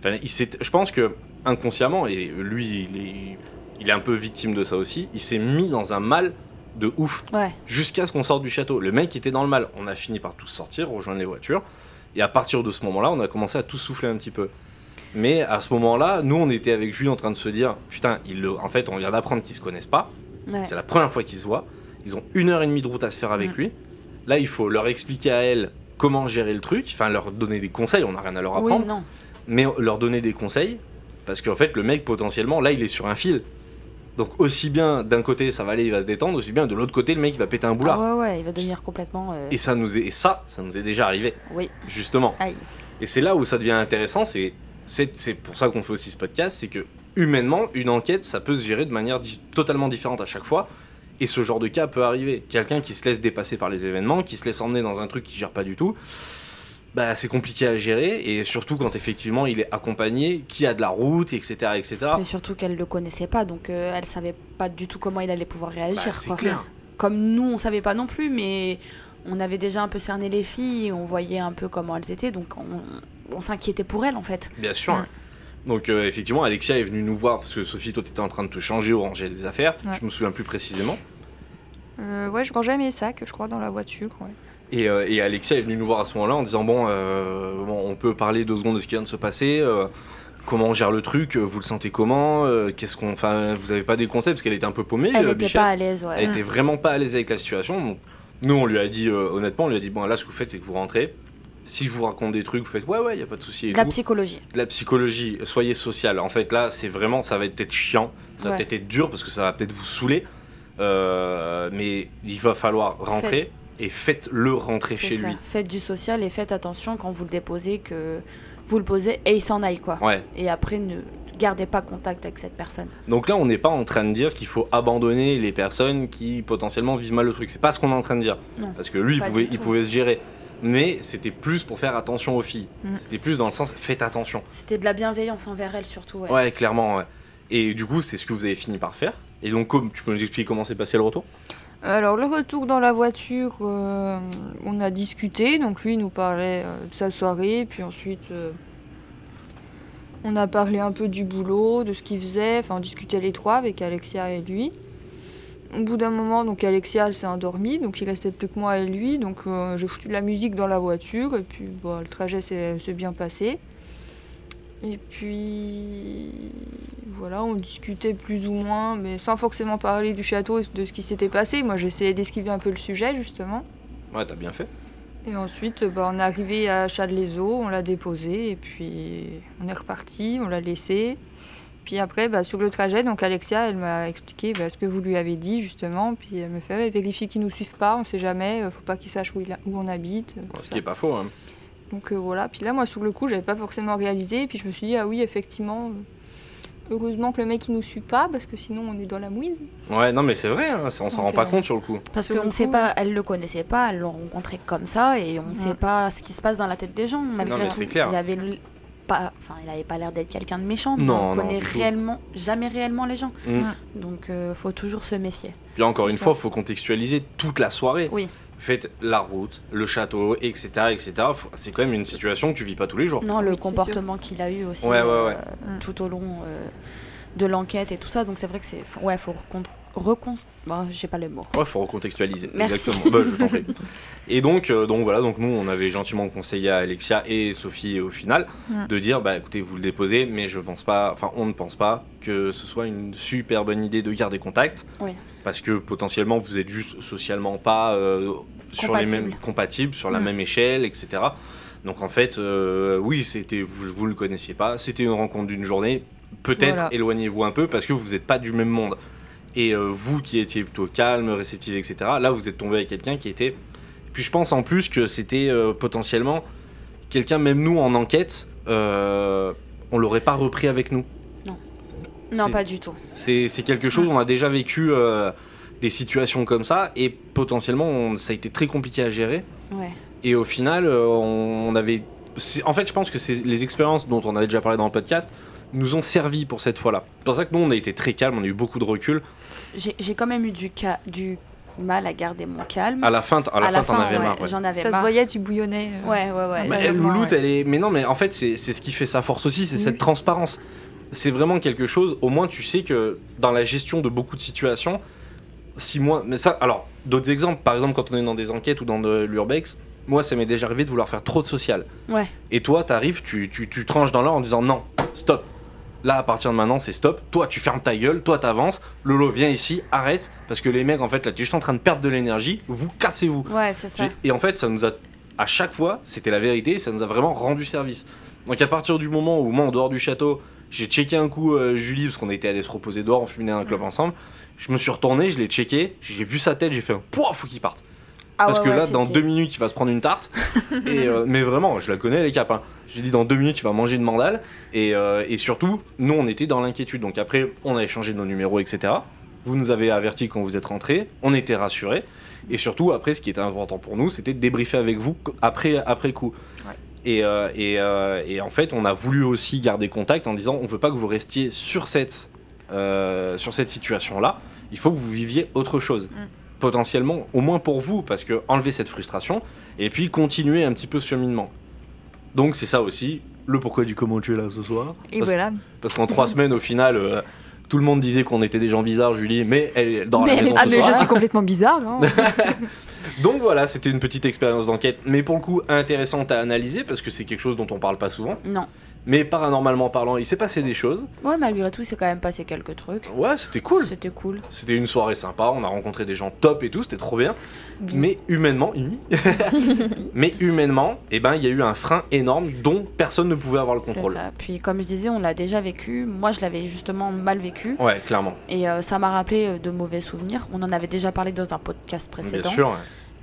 S1: Enfin, il s'est- je pense que inconsciemment et lui il est il est un peu victime de ça aussi, il s'est mis dans un mal de ouf
S2: Ouais.
S1: jusqu'à ce qu'on sorte du château. Le mec était dans le mal. On a fini par tous sortir, rejoindre les voitures. Et à partir de ce moment-là, on a commencé à tous souffler un petit peu. Mais à ce moment-là, nous, on était avec Julie en train de se dire Putain, il le... en fait, on vient d'apprendre qu'ils se connaissent pas.
S2: ouais.
S1: C'est la première fois qu'ils se voient. Ils ont une heure et demie de route à se faire avec
S2: Mm.
S1: lui. Là, il faut leur expliquer à elle comment gérer le truc, enfin, leur donner des conseils. On n'a rien à leur
S2: Oui,
S1: apprendre
S2: non.
S1: mais leur donner des conseils parce qu'en fait le mec potentiellement là il est sur un fil donc aussi bien d'un côté ça va aller il va se détendre aussi bien de l'autre côté le mec il va péter un boulard
S2: Ah ouais, ouais, il va devenir complètement. euh,
S1: et ça nous est et ça ça nous est déjà arrivé
S2: Oui.
S1: justement
S2: Aïe.
S1: et c'est là où ça devient intéressant c'est c'est c'est pour ça qu'on fait aussi ce podcast c'est que humainement une enquête ça peut se gérer de manière di- totalement différente à chaque fois et ce genre de cas peut arriver quelqu'un qui se laisse dépasser par les événements qui se laisse emmener dans un truc qu'il gère pas du tout bah, c'est compliqué à gérer et surtout quand effectivement il est accompagné, qui a de la route, etc. etc.
S2: Mais surtout qu'elle le connaissait pas, donc euh, elle savait pas du tout comment il allait pouvoir réagir.
S1: Bah, c'est
S2: quoi.
S1: clair.
S2: Comme nous, on savait pas non plus, mais on avait déjà un peu cerné les filles, on voyait un peu comment elles étaient, donc on, on s'inquiétait pour elles en fait.
S1: Bien sûr.
S2: Ouais.
S1: Donc euh, effectivement, Alexia est venue nous voir parce que Sophie, toi, t'étais en train de te changer ou ranger les affaires.
S3: Ouais.
S1: Je me souviens plus précisément.
S3: Euh, ouais, je rangeais mes sacs, je crois, dans la voiture. ouais.
S1: Et, euh, et Alexia est venue nous voir à ce moment-là en disant bon, euh, bon, on peut parler deux secondes de ce qui vient de se passer. euh, comment on gère le truc euh, Vous le sentez comment euh, Qu'est-ce qu'on, enfin, vous avez pas des conseils parce qu'elle était un peu paumée.
S2: Elle
S1: euh,
S2: était
S1: Bichette.
S2: pas à l'aise, ouais.
S1: Elle était vraiment pas à l'aise avec la situation. Donc, nous, on lui a dit, euh, honnêtement, on lui a dit, bon, là, ce que vous faites, c'est que vous rentrez. Si je vous raconte des trucs, vous faites, ouais, ouais, y a pas de souci. et
S2: La
S1: tout.
S2: psychologie.
S1: De la psychologie, soyez social. En fait, là, c'est vraiment, ça va être peut-être chiant, ça va
S2: Ouais.
S1: peut-être être dur parce que ça va peut-être vous saouler. Euh, mais il va falloir rentrer et faites-le rentrer
S2: c'est
S1: chez
S2: ça.
S1: lui.
S2: Faites du social et faites attention quand vous le déposez que vous le posez et il s'en aille quoi.
S1: Ouais.
S2: Et après, ne gardez pas contact avec cette personne.
S1: Donc là, on n'est pas en train de dire qu'il faut abandonner les personnes qui potentiellement vivent mal le truc. C'est pas ce qu'on est en train de dire.
S2: Non.
S1: Parce que lui, il
S2: Pas
S1: pouvait,
S2: du
S1: il
S2: tout.
S1: pouvait se gérer. Mais c'était plus pour faire attention aux filles.
S3: Mm.
S1: C'était plus dans le sens faites attention.
S2: C'était de la bienveillance envers elle surtout. ouais.
S1: Ouais, clairement. ouais. Et du coup, c'est ce que vous avez fini par faire. Et donc, comme tu peux nous expliquer comment s'est passé le retour
S3: Alors, le retour dans la voiture, euh, on a discuté. Donc, lui, il nous parlait euh, de sa soirée. Puis ensuite, euh, on a parlé un peu du boulot, de ce qu'il faisait. Enfin, on discutait les trois avec Alexia et lui. Au bout d'un moment, donc Alexia, elle s'est endormie. Donc, il restait plus que moi et lui. Donc, euh, j'ai foutu de la musique dans la voiture. Et puis, bah, le trajet s'est s'est bien passé. Et puis voilà, on discutait plus ou moins, mais sans forcément parler du château et de ce qui s'était passé. Moi, j'essayais d'esquiver un peu le sujet, justement.
S1: Ouais, t'as bien fait.
S3: Et ensuite, bah, on est arrivé à Châles-les-Eaux, on l'a déposé, et puis on est reparti, on l'a laissé. Puis après, bah, sur le trajet, donc Alexia, elle m'a expliqué bah, ce que vous lui avez dit, justement. Puis elle me fait Ouais, vérifie qu'ils nous suivent pas, on sait jamais, euh, faut pas qu'ils sachent où, il a- où on habite. tout
S1: Ce
S3: ça.
S1: qui est pas faux. hein.
S3: Donc euh, voilà, puis là moi sur le coup j'avais pas forcément réalisé, puis je me suis dit ah oui effectivement, euh, Heureusement que le mec il nous suit pas parce que sinon on est dans la mouise.
S1: Ouais, non, mais c'est vrai, hein, ça- on s'en
S3: Donc,
S1: rend pas
S3: euh,
S1: compte sur le coup.
S2: Parce
S3: Sur le
S2: qu'on ne sait
S3: coup.
S2: pas, elle le connaissait pas, elle l'ont rencontré comme ça et on ne sait
S3: Ouais.
S2: pas ce qui se passe dans la tête des gens. malgré
S1: mais
S2: tout.
S1: c'est clair.
S2: Il avait l- pas, enfin, il avait pas l'air d'être quelqu'un de méchant.
S1: Non,
S2: mais on
S1: non,
S2: connaît
S1: du tout.
S2: réellement, jamais réellement les gens.
S1: Mm.
S2: Donc euh, faut toujours se méfier.
S1: Puis encore
S2: C'est
S1: une
S2: ça.
S1: fois, faut contextualiser toute la soirée.
S2: Oui.
S1: Faites la route, le château, etc. etc. Faut- C'est quand même une situation que tu vis pas tous les jours.
S2: Non,
S3: Oui,
S2: le
S3: c'est
S2: comportement qu'il a eu aussi
S1: Ouais, ouais, ouais.
S2: euh,
S3: Mm.
S2: tout au long euh, de l'enquête et tout ça. Donc c'est vrai que c'est, ouais, faut reconstruire. j'ai pas le mot.
S1: Ouais, faut recontextualiser.
S2: Merci.
S1: Exactement. Bah, je t'en prie. Et donc, euh, donc voilà, donc nous, on avait gentiment conseillé à Alexia et Sophie au final
S3: Mm.
S1: de dire, bah écoutez, vous le déposez, mais je pense pas, enfin, on ne pense pas que ce soit une super bonne idée de garder contact,
S2: Oui.
S1: parce que potentiellement, vous êtes juste socialement pas euh, sur les
S2: Compatible.
S1: mêmes compatibles, sur la
S3: Mm.
S1: même échelle, etc. Donc en fait, euh, oui, c'était vous, vous le connaissiez pas, c'était une rencontre d'une journée. Peut-être
S3: Voilà.
S1: éloignez-vous un peu parce que vous n'êtes pas du même monde. Et euh, vous qui étiez plutôt calme, réceptif, etc., là vous êtes tombé avec quelqu'un qui était. Puis je pense en plus que c'était euh, potentiellement quelqu'un, même nous en enquête, euh, on l'aurait pas repris avec nous.
S2: Non,
S1: C'est-
S2: pas du tout.
S1: C'est c'est quelque chose, on a déjà vécu euh, des situations comme ça et potentiellement on- ça a été très compliqué à gérer.
S2: Ouais.
S1: Et au final, euh, on, on avait. c'est- En fait, je pense que c'est les expériences dont on avait déjà parlé dans le podcast nous ont servi pour cette fois-là. C'est pour ça que nous, on a été très calme, on a eu beaucoup de recul.
S2: J'ai, j'ai quand même eu du ca- du mal à garder mon calme.
S1: À la fin, t- à la
S2: À
S1: fin, t'en avais
S2: ouais,
S1: marre. ouais.
S2: J'en
S3: Ça
S2: avais
S3: se
S2: marre.
S3: voyait, tu bouillonnais. euh.
S2: Ouais, ouais, ouais.
S1: Bah,
S3: Ouais,
S1: elle,
S2: vraiment,
S1: Louloute,
S2: ouais.
S1: elle est. Mais non, mais en fait, c'est c'est ce qui fait sa force aussi, c'est
S3: Oui.
S1: cette transparence. C'est vraiment quelque chose. Au moins, tu sais que dans la gestion de beaucoup de situations, si moi. Mais ça, alors, d'autres exemples, par exemple, quand on est dans des enquêtes ou dans de l'urbex, moi, ça m'est déjà arrivé de vouloir faire trop de social.
S2: Ouais.
S1: Et toi, t'arrives, tu, tu, tu tranches dans l'or en disant non, stop. Là, à partir de maintenant, c'est stop. Toi, tu fermes ta gueule, toi, t'avances. Lolo, viens ici, arrête. Parce que les mecs, en fait, là, tu es juste en train de perdre de l'énergie. Vous cassez-vous.
S2: Ouais, c'est ça.
S1: Et en fait, ça nous a, à chaque fois, c'était la vérité, ça nous a vraiment rendu service. Donc à partir du moment où moi, en dehors du château, j'ai checké un coup euh, Julie, parce qu'on était allé se reposer dehors, on fumait un club ensemble, je me suis retourné, je l'ai checké, j'ai vu sa tête, j'ai fait un pouah, faut qu'il parte.
S2: Ah
S1: parce
S2: ouais,
S1: que
S2: ouais,
S1: là, dans
S2: c'était-
S1: deux minutes, il va se prendre une
S2: <laughs>
S1: tarte. et, euh, mais vraiment, je la connais, les capes. hein. J'ai dit, dans deux minutes, il va manger une mandale. Et, euh, et surtout, nous, on était dans l'inquiétude. Donc après, on a échangé nos numéros, etc. Vous nous avez avertis quand vous êtes rentrés, on était rassurés. Et surtout, après, ce qui était important pour nous, c'était de débriefer avec vous co- après, après le coup.
S3: Ouais.
S1: Et, euh, et, euh, et en fait, on a voulu aussi garder contact en disant on veut pas que vous restiez sur cette, euh, sur cette situation-là. Il faut que vous viviez autre chose.
S2: Mm.
S1: Potentiellement, au moins pour vous, parce que enlever cette frustration et puis continuer un petit peu ce cheminement. Donc, c'est ça aussi le pourquoi du comment tu es là ce soir.
S3: Et
S1: Parce-
S3: voilà.
S1: Parce qu'en
S2: <laughs>
S1: trois semaines, au final, euh, tout le monde disait qu'on était des gens bizarres, Julie, mais elle est dans
S2: Mais
S1: la
S2: elle
S1: maison
S2: est-
S3: Ah
S1: ce
S3: mais
S1: soir.
S3: je suis complètement bizarre.
S1: <laughs>
S3: hein.
S1: Donc voilà, c'était une petite expérience d'enquête, mais pour le coup intéressante à analyser parce que c'est quelque chose dont on parle pas souvent.
S2: Non.
S1: Mais paranormalement parlant, il s'est passé des choses.
S2: Ouais, malgré tout, c'est quand même passé quelques trucs.
S1: Ouais, c'était cool.
S2: C'était cool.
S1: C'était une soirée sympa, on a rencontré des gens top et tout, c'était trop bien. Mais humainement,
S2: <laughs>
S1: hi. mais humainement, eh ben il y a eu un frein énorme dont personne ne pouvait avoir le
S2: C'est
S1: contrôle.
S2: ça. Puis, comme je disais, on l'a déjà vécu. Moi, je l'avais justement mal vécu.
S1: Ouais, clairement.
S2: Et euh, ça m'a rappelé euh, de mauvais souvenirs. On en avait déjà parlé dans un podcast précédent.
S1: Bien sûr. hein. ouais.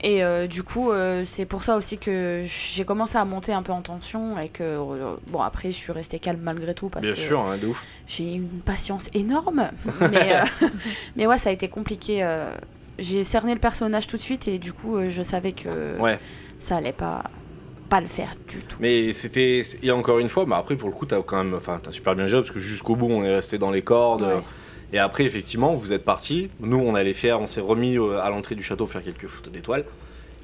S2: Et euh, du coup, euh, c'est pour ça aussi que j'ai commencé à monter un peu en tension. Et que, euh, bon, après, je suis restée calme malgré tout. Parce
S1: Bien
S2: que
S1: sûr, hein, de ouf.
S2: J'ai une patience énorme. <laughs> mais,
S1: <laughs>
S2: euh, mais ouais, ça a été compliqué. euh, J'ai cerné le personnage tout de suite. Et du coup, euh, je savais que
S1: Ouais.
S2: ça allait pas, pas le faire du tout.
S1: Mais c'était et encore une fois, bah après pour le coup, t'as quand même, enfin, t'as super bien joué parce que jusqu'au bout, on est resté dans les cordes. euh,
S2: Ouais.
S1: Et après, effectivement, vous êtes partis. Nous, on allait faire, on s'est remis euh, à l'entrée du château faire quelques photos d'étoiles.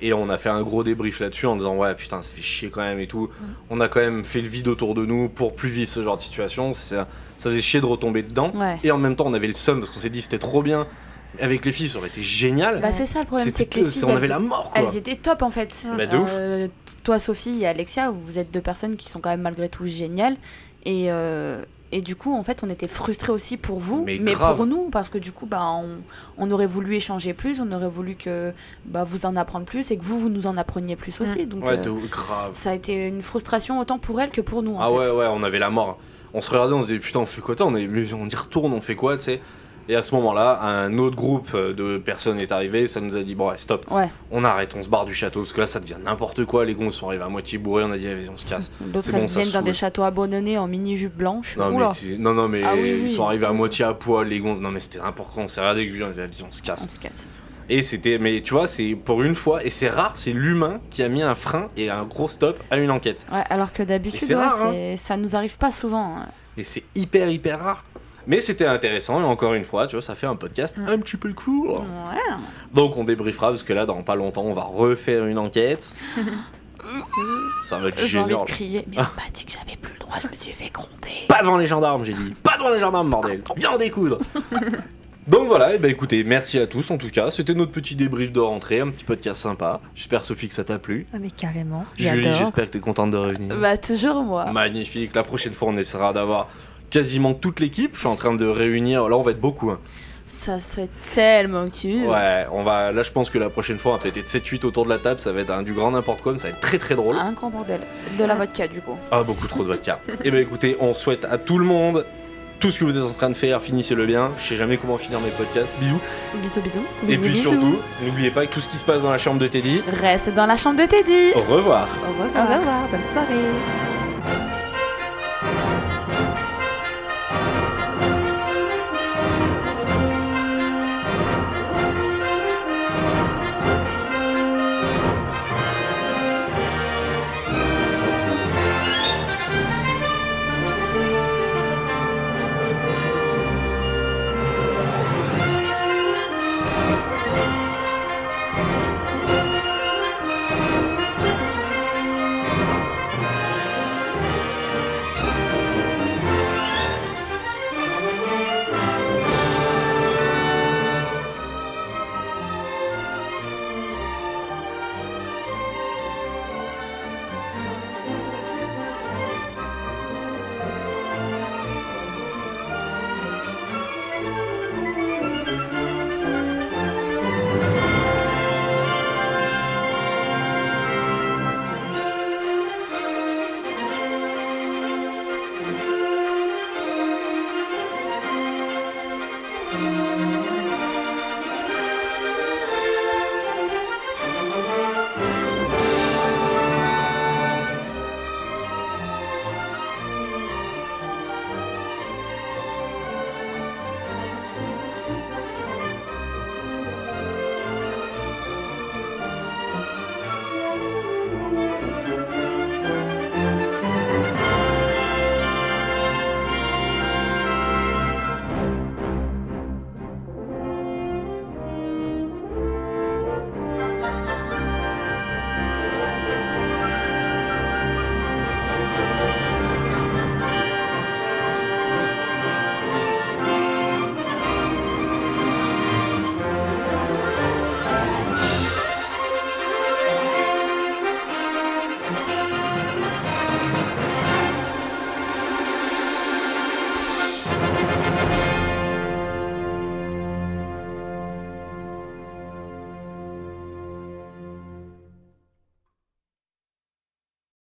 S1: Et on a fait un gros débrief là-dessus en disant ouais putain ça fait chier quand même et tout.
S2: Mm.
S1: On a quand même fait le vide autour de nous pour plus vivre ce genre de situation. Ça, ça faisait chier de retomber dedans.
S2: Ouais.
S1: Et en même temps on avait le seum parce qu'on s'est dit c'était trop bien. Avec les filles ça aurait été génial.
S2: Bah, c'est ça le problème,
S1: C'était
S2: c'est que les
S1: que-
S2: filles,
S1: on
S2: elles,
S1: avait la mort quoi.
S2: elles étaient top en fait.
S1: Bah, de ouf.
S2: Euh, toi, Sophie et Alexia, vous êtes deux personnes qui sont quand même malgré tout géniales. Et, euh, et du coup, en fait, on était frustrés aussi pour vous,
S1: Mais
S2: mais,
S1: grave.
S2: pour nous, parce que du coup, bah, on, on aurait voulu échanger plus, on aurait voulu que bah, vous en apprendre plus et que vous, vous nous en appreniez plus aussi. Donc,
S1: Mmh. Ouais
S2: euh,
S1: de grave.
S2: ça a été une frustration autant pour elle que pour nous. En
S1: Ah
S2: fait.
S1: ouais, ouais, on avait la mort. On se regardait, on se disait putain, on fait quoi t'as on, est- mais on y retourne, on fait quoi, tu sais Et à ce moment-là, un autre groupe de personnes est arrivé, ça nous a dit, bon, ouais, stop,
S2: Ouais.
S1: on arrête, on se barre du château, parce que là, ça devient n'importe quoi, les gonzes sont arrivés à moitié bourrés, on a dit, vas-y, on se casse.
S2: D'autres
S1: bon,
S2: elles
S1: ça
S2: viennent dans
S1: saoule.
S2: des châteaux abandonnés en mini-jupe blanche.
S1: Non, mais,
S3: Oula.
S1: c'est- non, non, mais
S2: Ah oui,
S1: ils
S2: oui.
S1: sont arrivés à moitié à poil, les gonzes, non, mais c'était n'importe quoi, on s'est regardé avec Julien, on a dit, vas-y, on se casse.
S2: On se casse.
S1: Et c'était, mais tu vois, c'est pour une fois, et c'est rare, c'est l'humain qui a mis un frein et un gros stop à une enquête.
S2: Ouais, alors que
S1: Mais
S2: d'habitude,
S1: c'est
S2: ouais,
S1: rare, hein.
S2: c'est- ça nous arrive pas souvent. hein.
S1: Et c'est hyper, hyper rare. Mais c'était intéressant, et encore une fois, tu vois, ça fait un podcast
S2: Mm.
S1: un petit peu court.
S2: Voilà.
S1: Donc on débriefera, parce que là, dans pas longtemps, on va refaire une enquête. Mmh. ça va être
S2: J'ai envie de
S1: génial.
S2: crier, mais on m'a dit que j'avais plus le droit, je me suis fait gronder.
S1: Pas devant les gendarmes, j'ai dit. Pas devant les gendarmes, bordel. Viens en
S2: <laughs>
S1: découdre. Donc voilà, et ben écoutez, merci à tous en tout cas. C'était notre petit débrief de rentrée, un petit podcast sympa. J'espère Sophie que ça t'a plu.
S3: Ah, mais carrément.
S1: Julie,
S3: j'adore.
S1: j'espère que t'es contente de revenir.
S2: Bah, toujours moi.
S1: Magnifique. La prochaine fois, on essaiera d'avoir quasiment toute l'équipe. Je suis en train de réunir. Là, on va être beaucoup. hein.
S2: Ça serait tellement cute.
S1: Ouais, on va. Là, je pense que la prochaine fois, on va peut-être être 7-8 autour de la table. Ça va être un du grand n'importe quoi, mais ça va être très très
S3: Ah.
S1: drôle.
S2: Un grand bordel. De la vodka, du coup.
S1: Ah, beaucoup trop de <laughs> vodka. Et ben écoutez, on souhaite à tout le monde tout ce que vous êtes en train de faire. Finissez-le bien. Je sais jamais comment finir mes podcasts. Bisous.
S2: Bisous, bisous.
S1: Et
S3: Bisous,
S1: puis
S3: bisous.
S1: surtout, n'oubliez pas que tout ce qui se passe dans la chambre de Teddy.
S2: Reste dans la chambre de Teddy.
S1: Au revoir.
S2: Au revoir.
S3: Au revoir, bonne soirée.
S2: Thank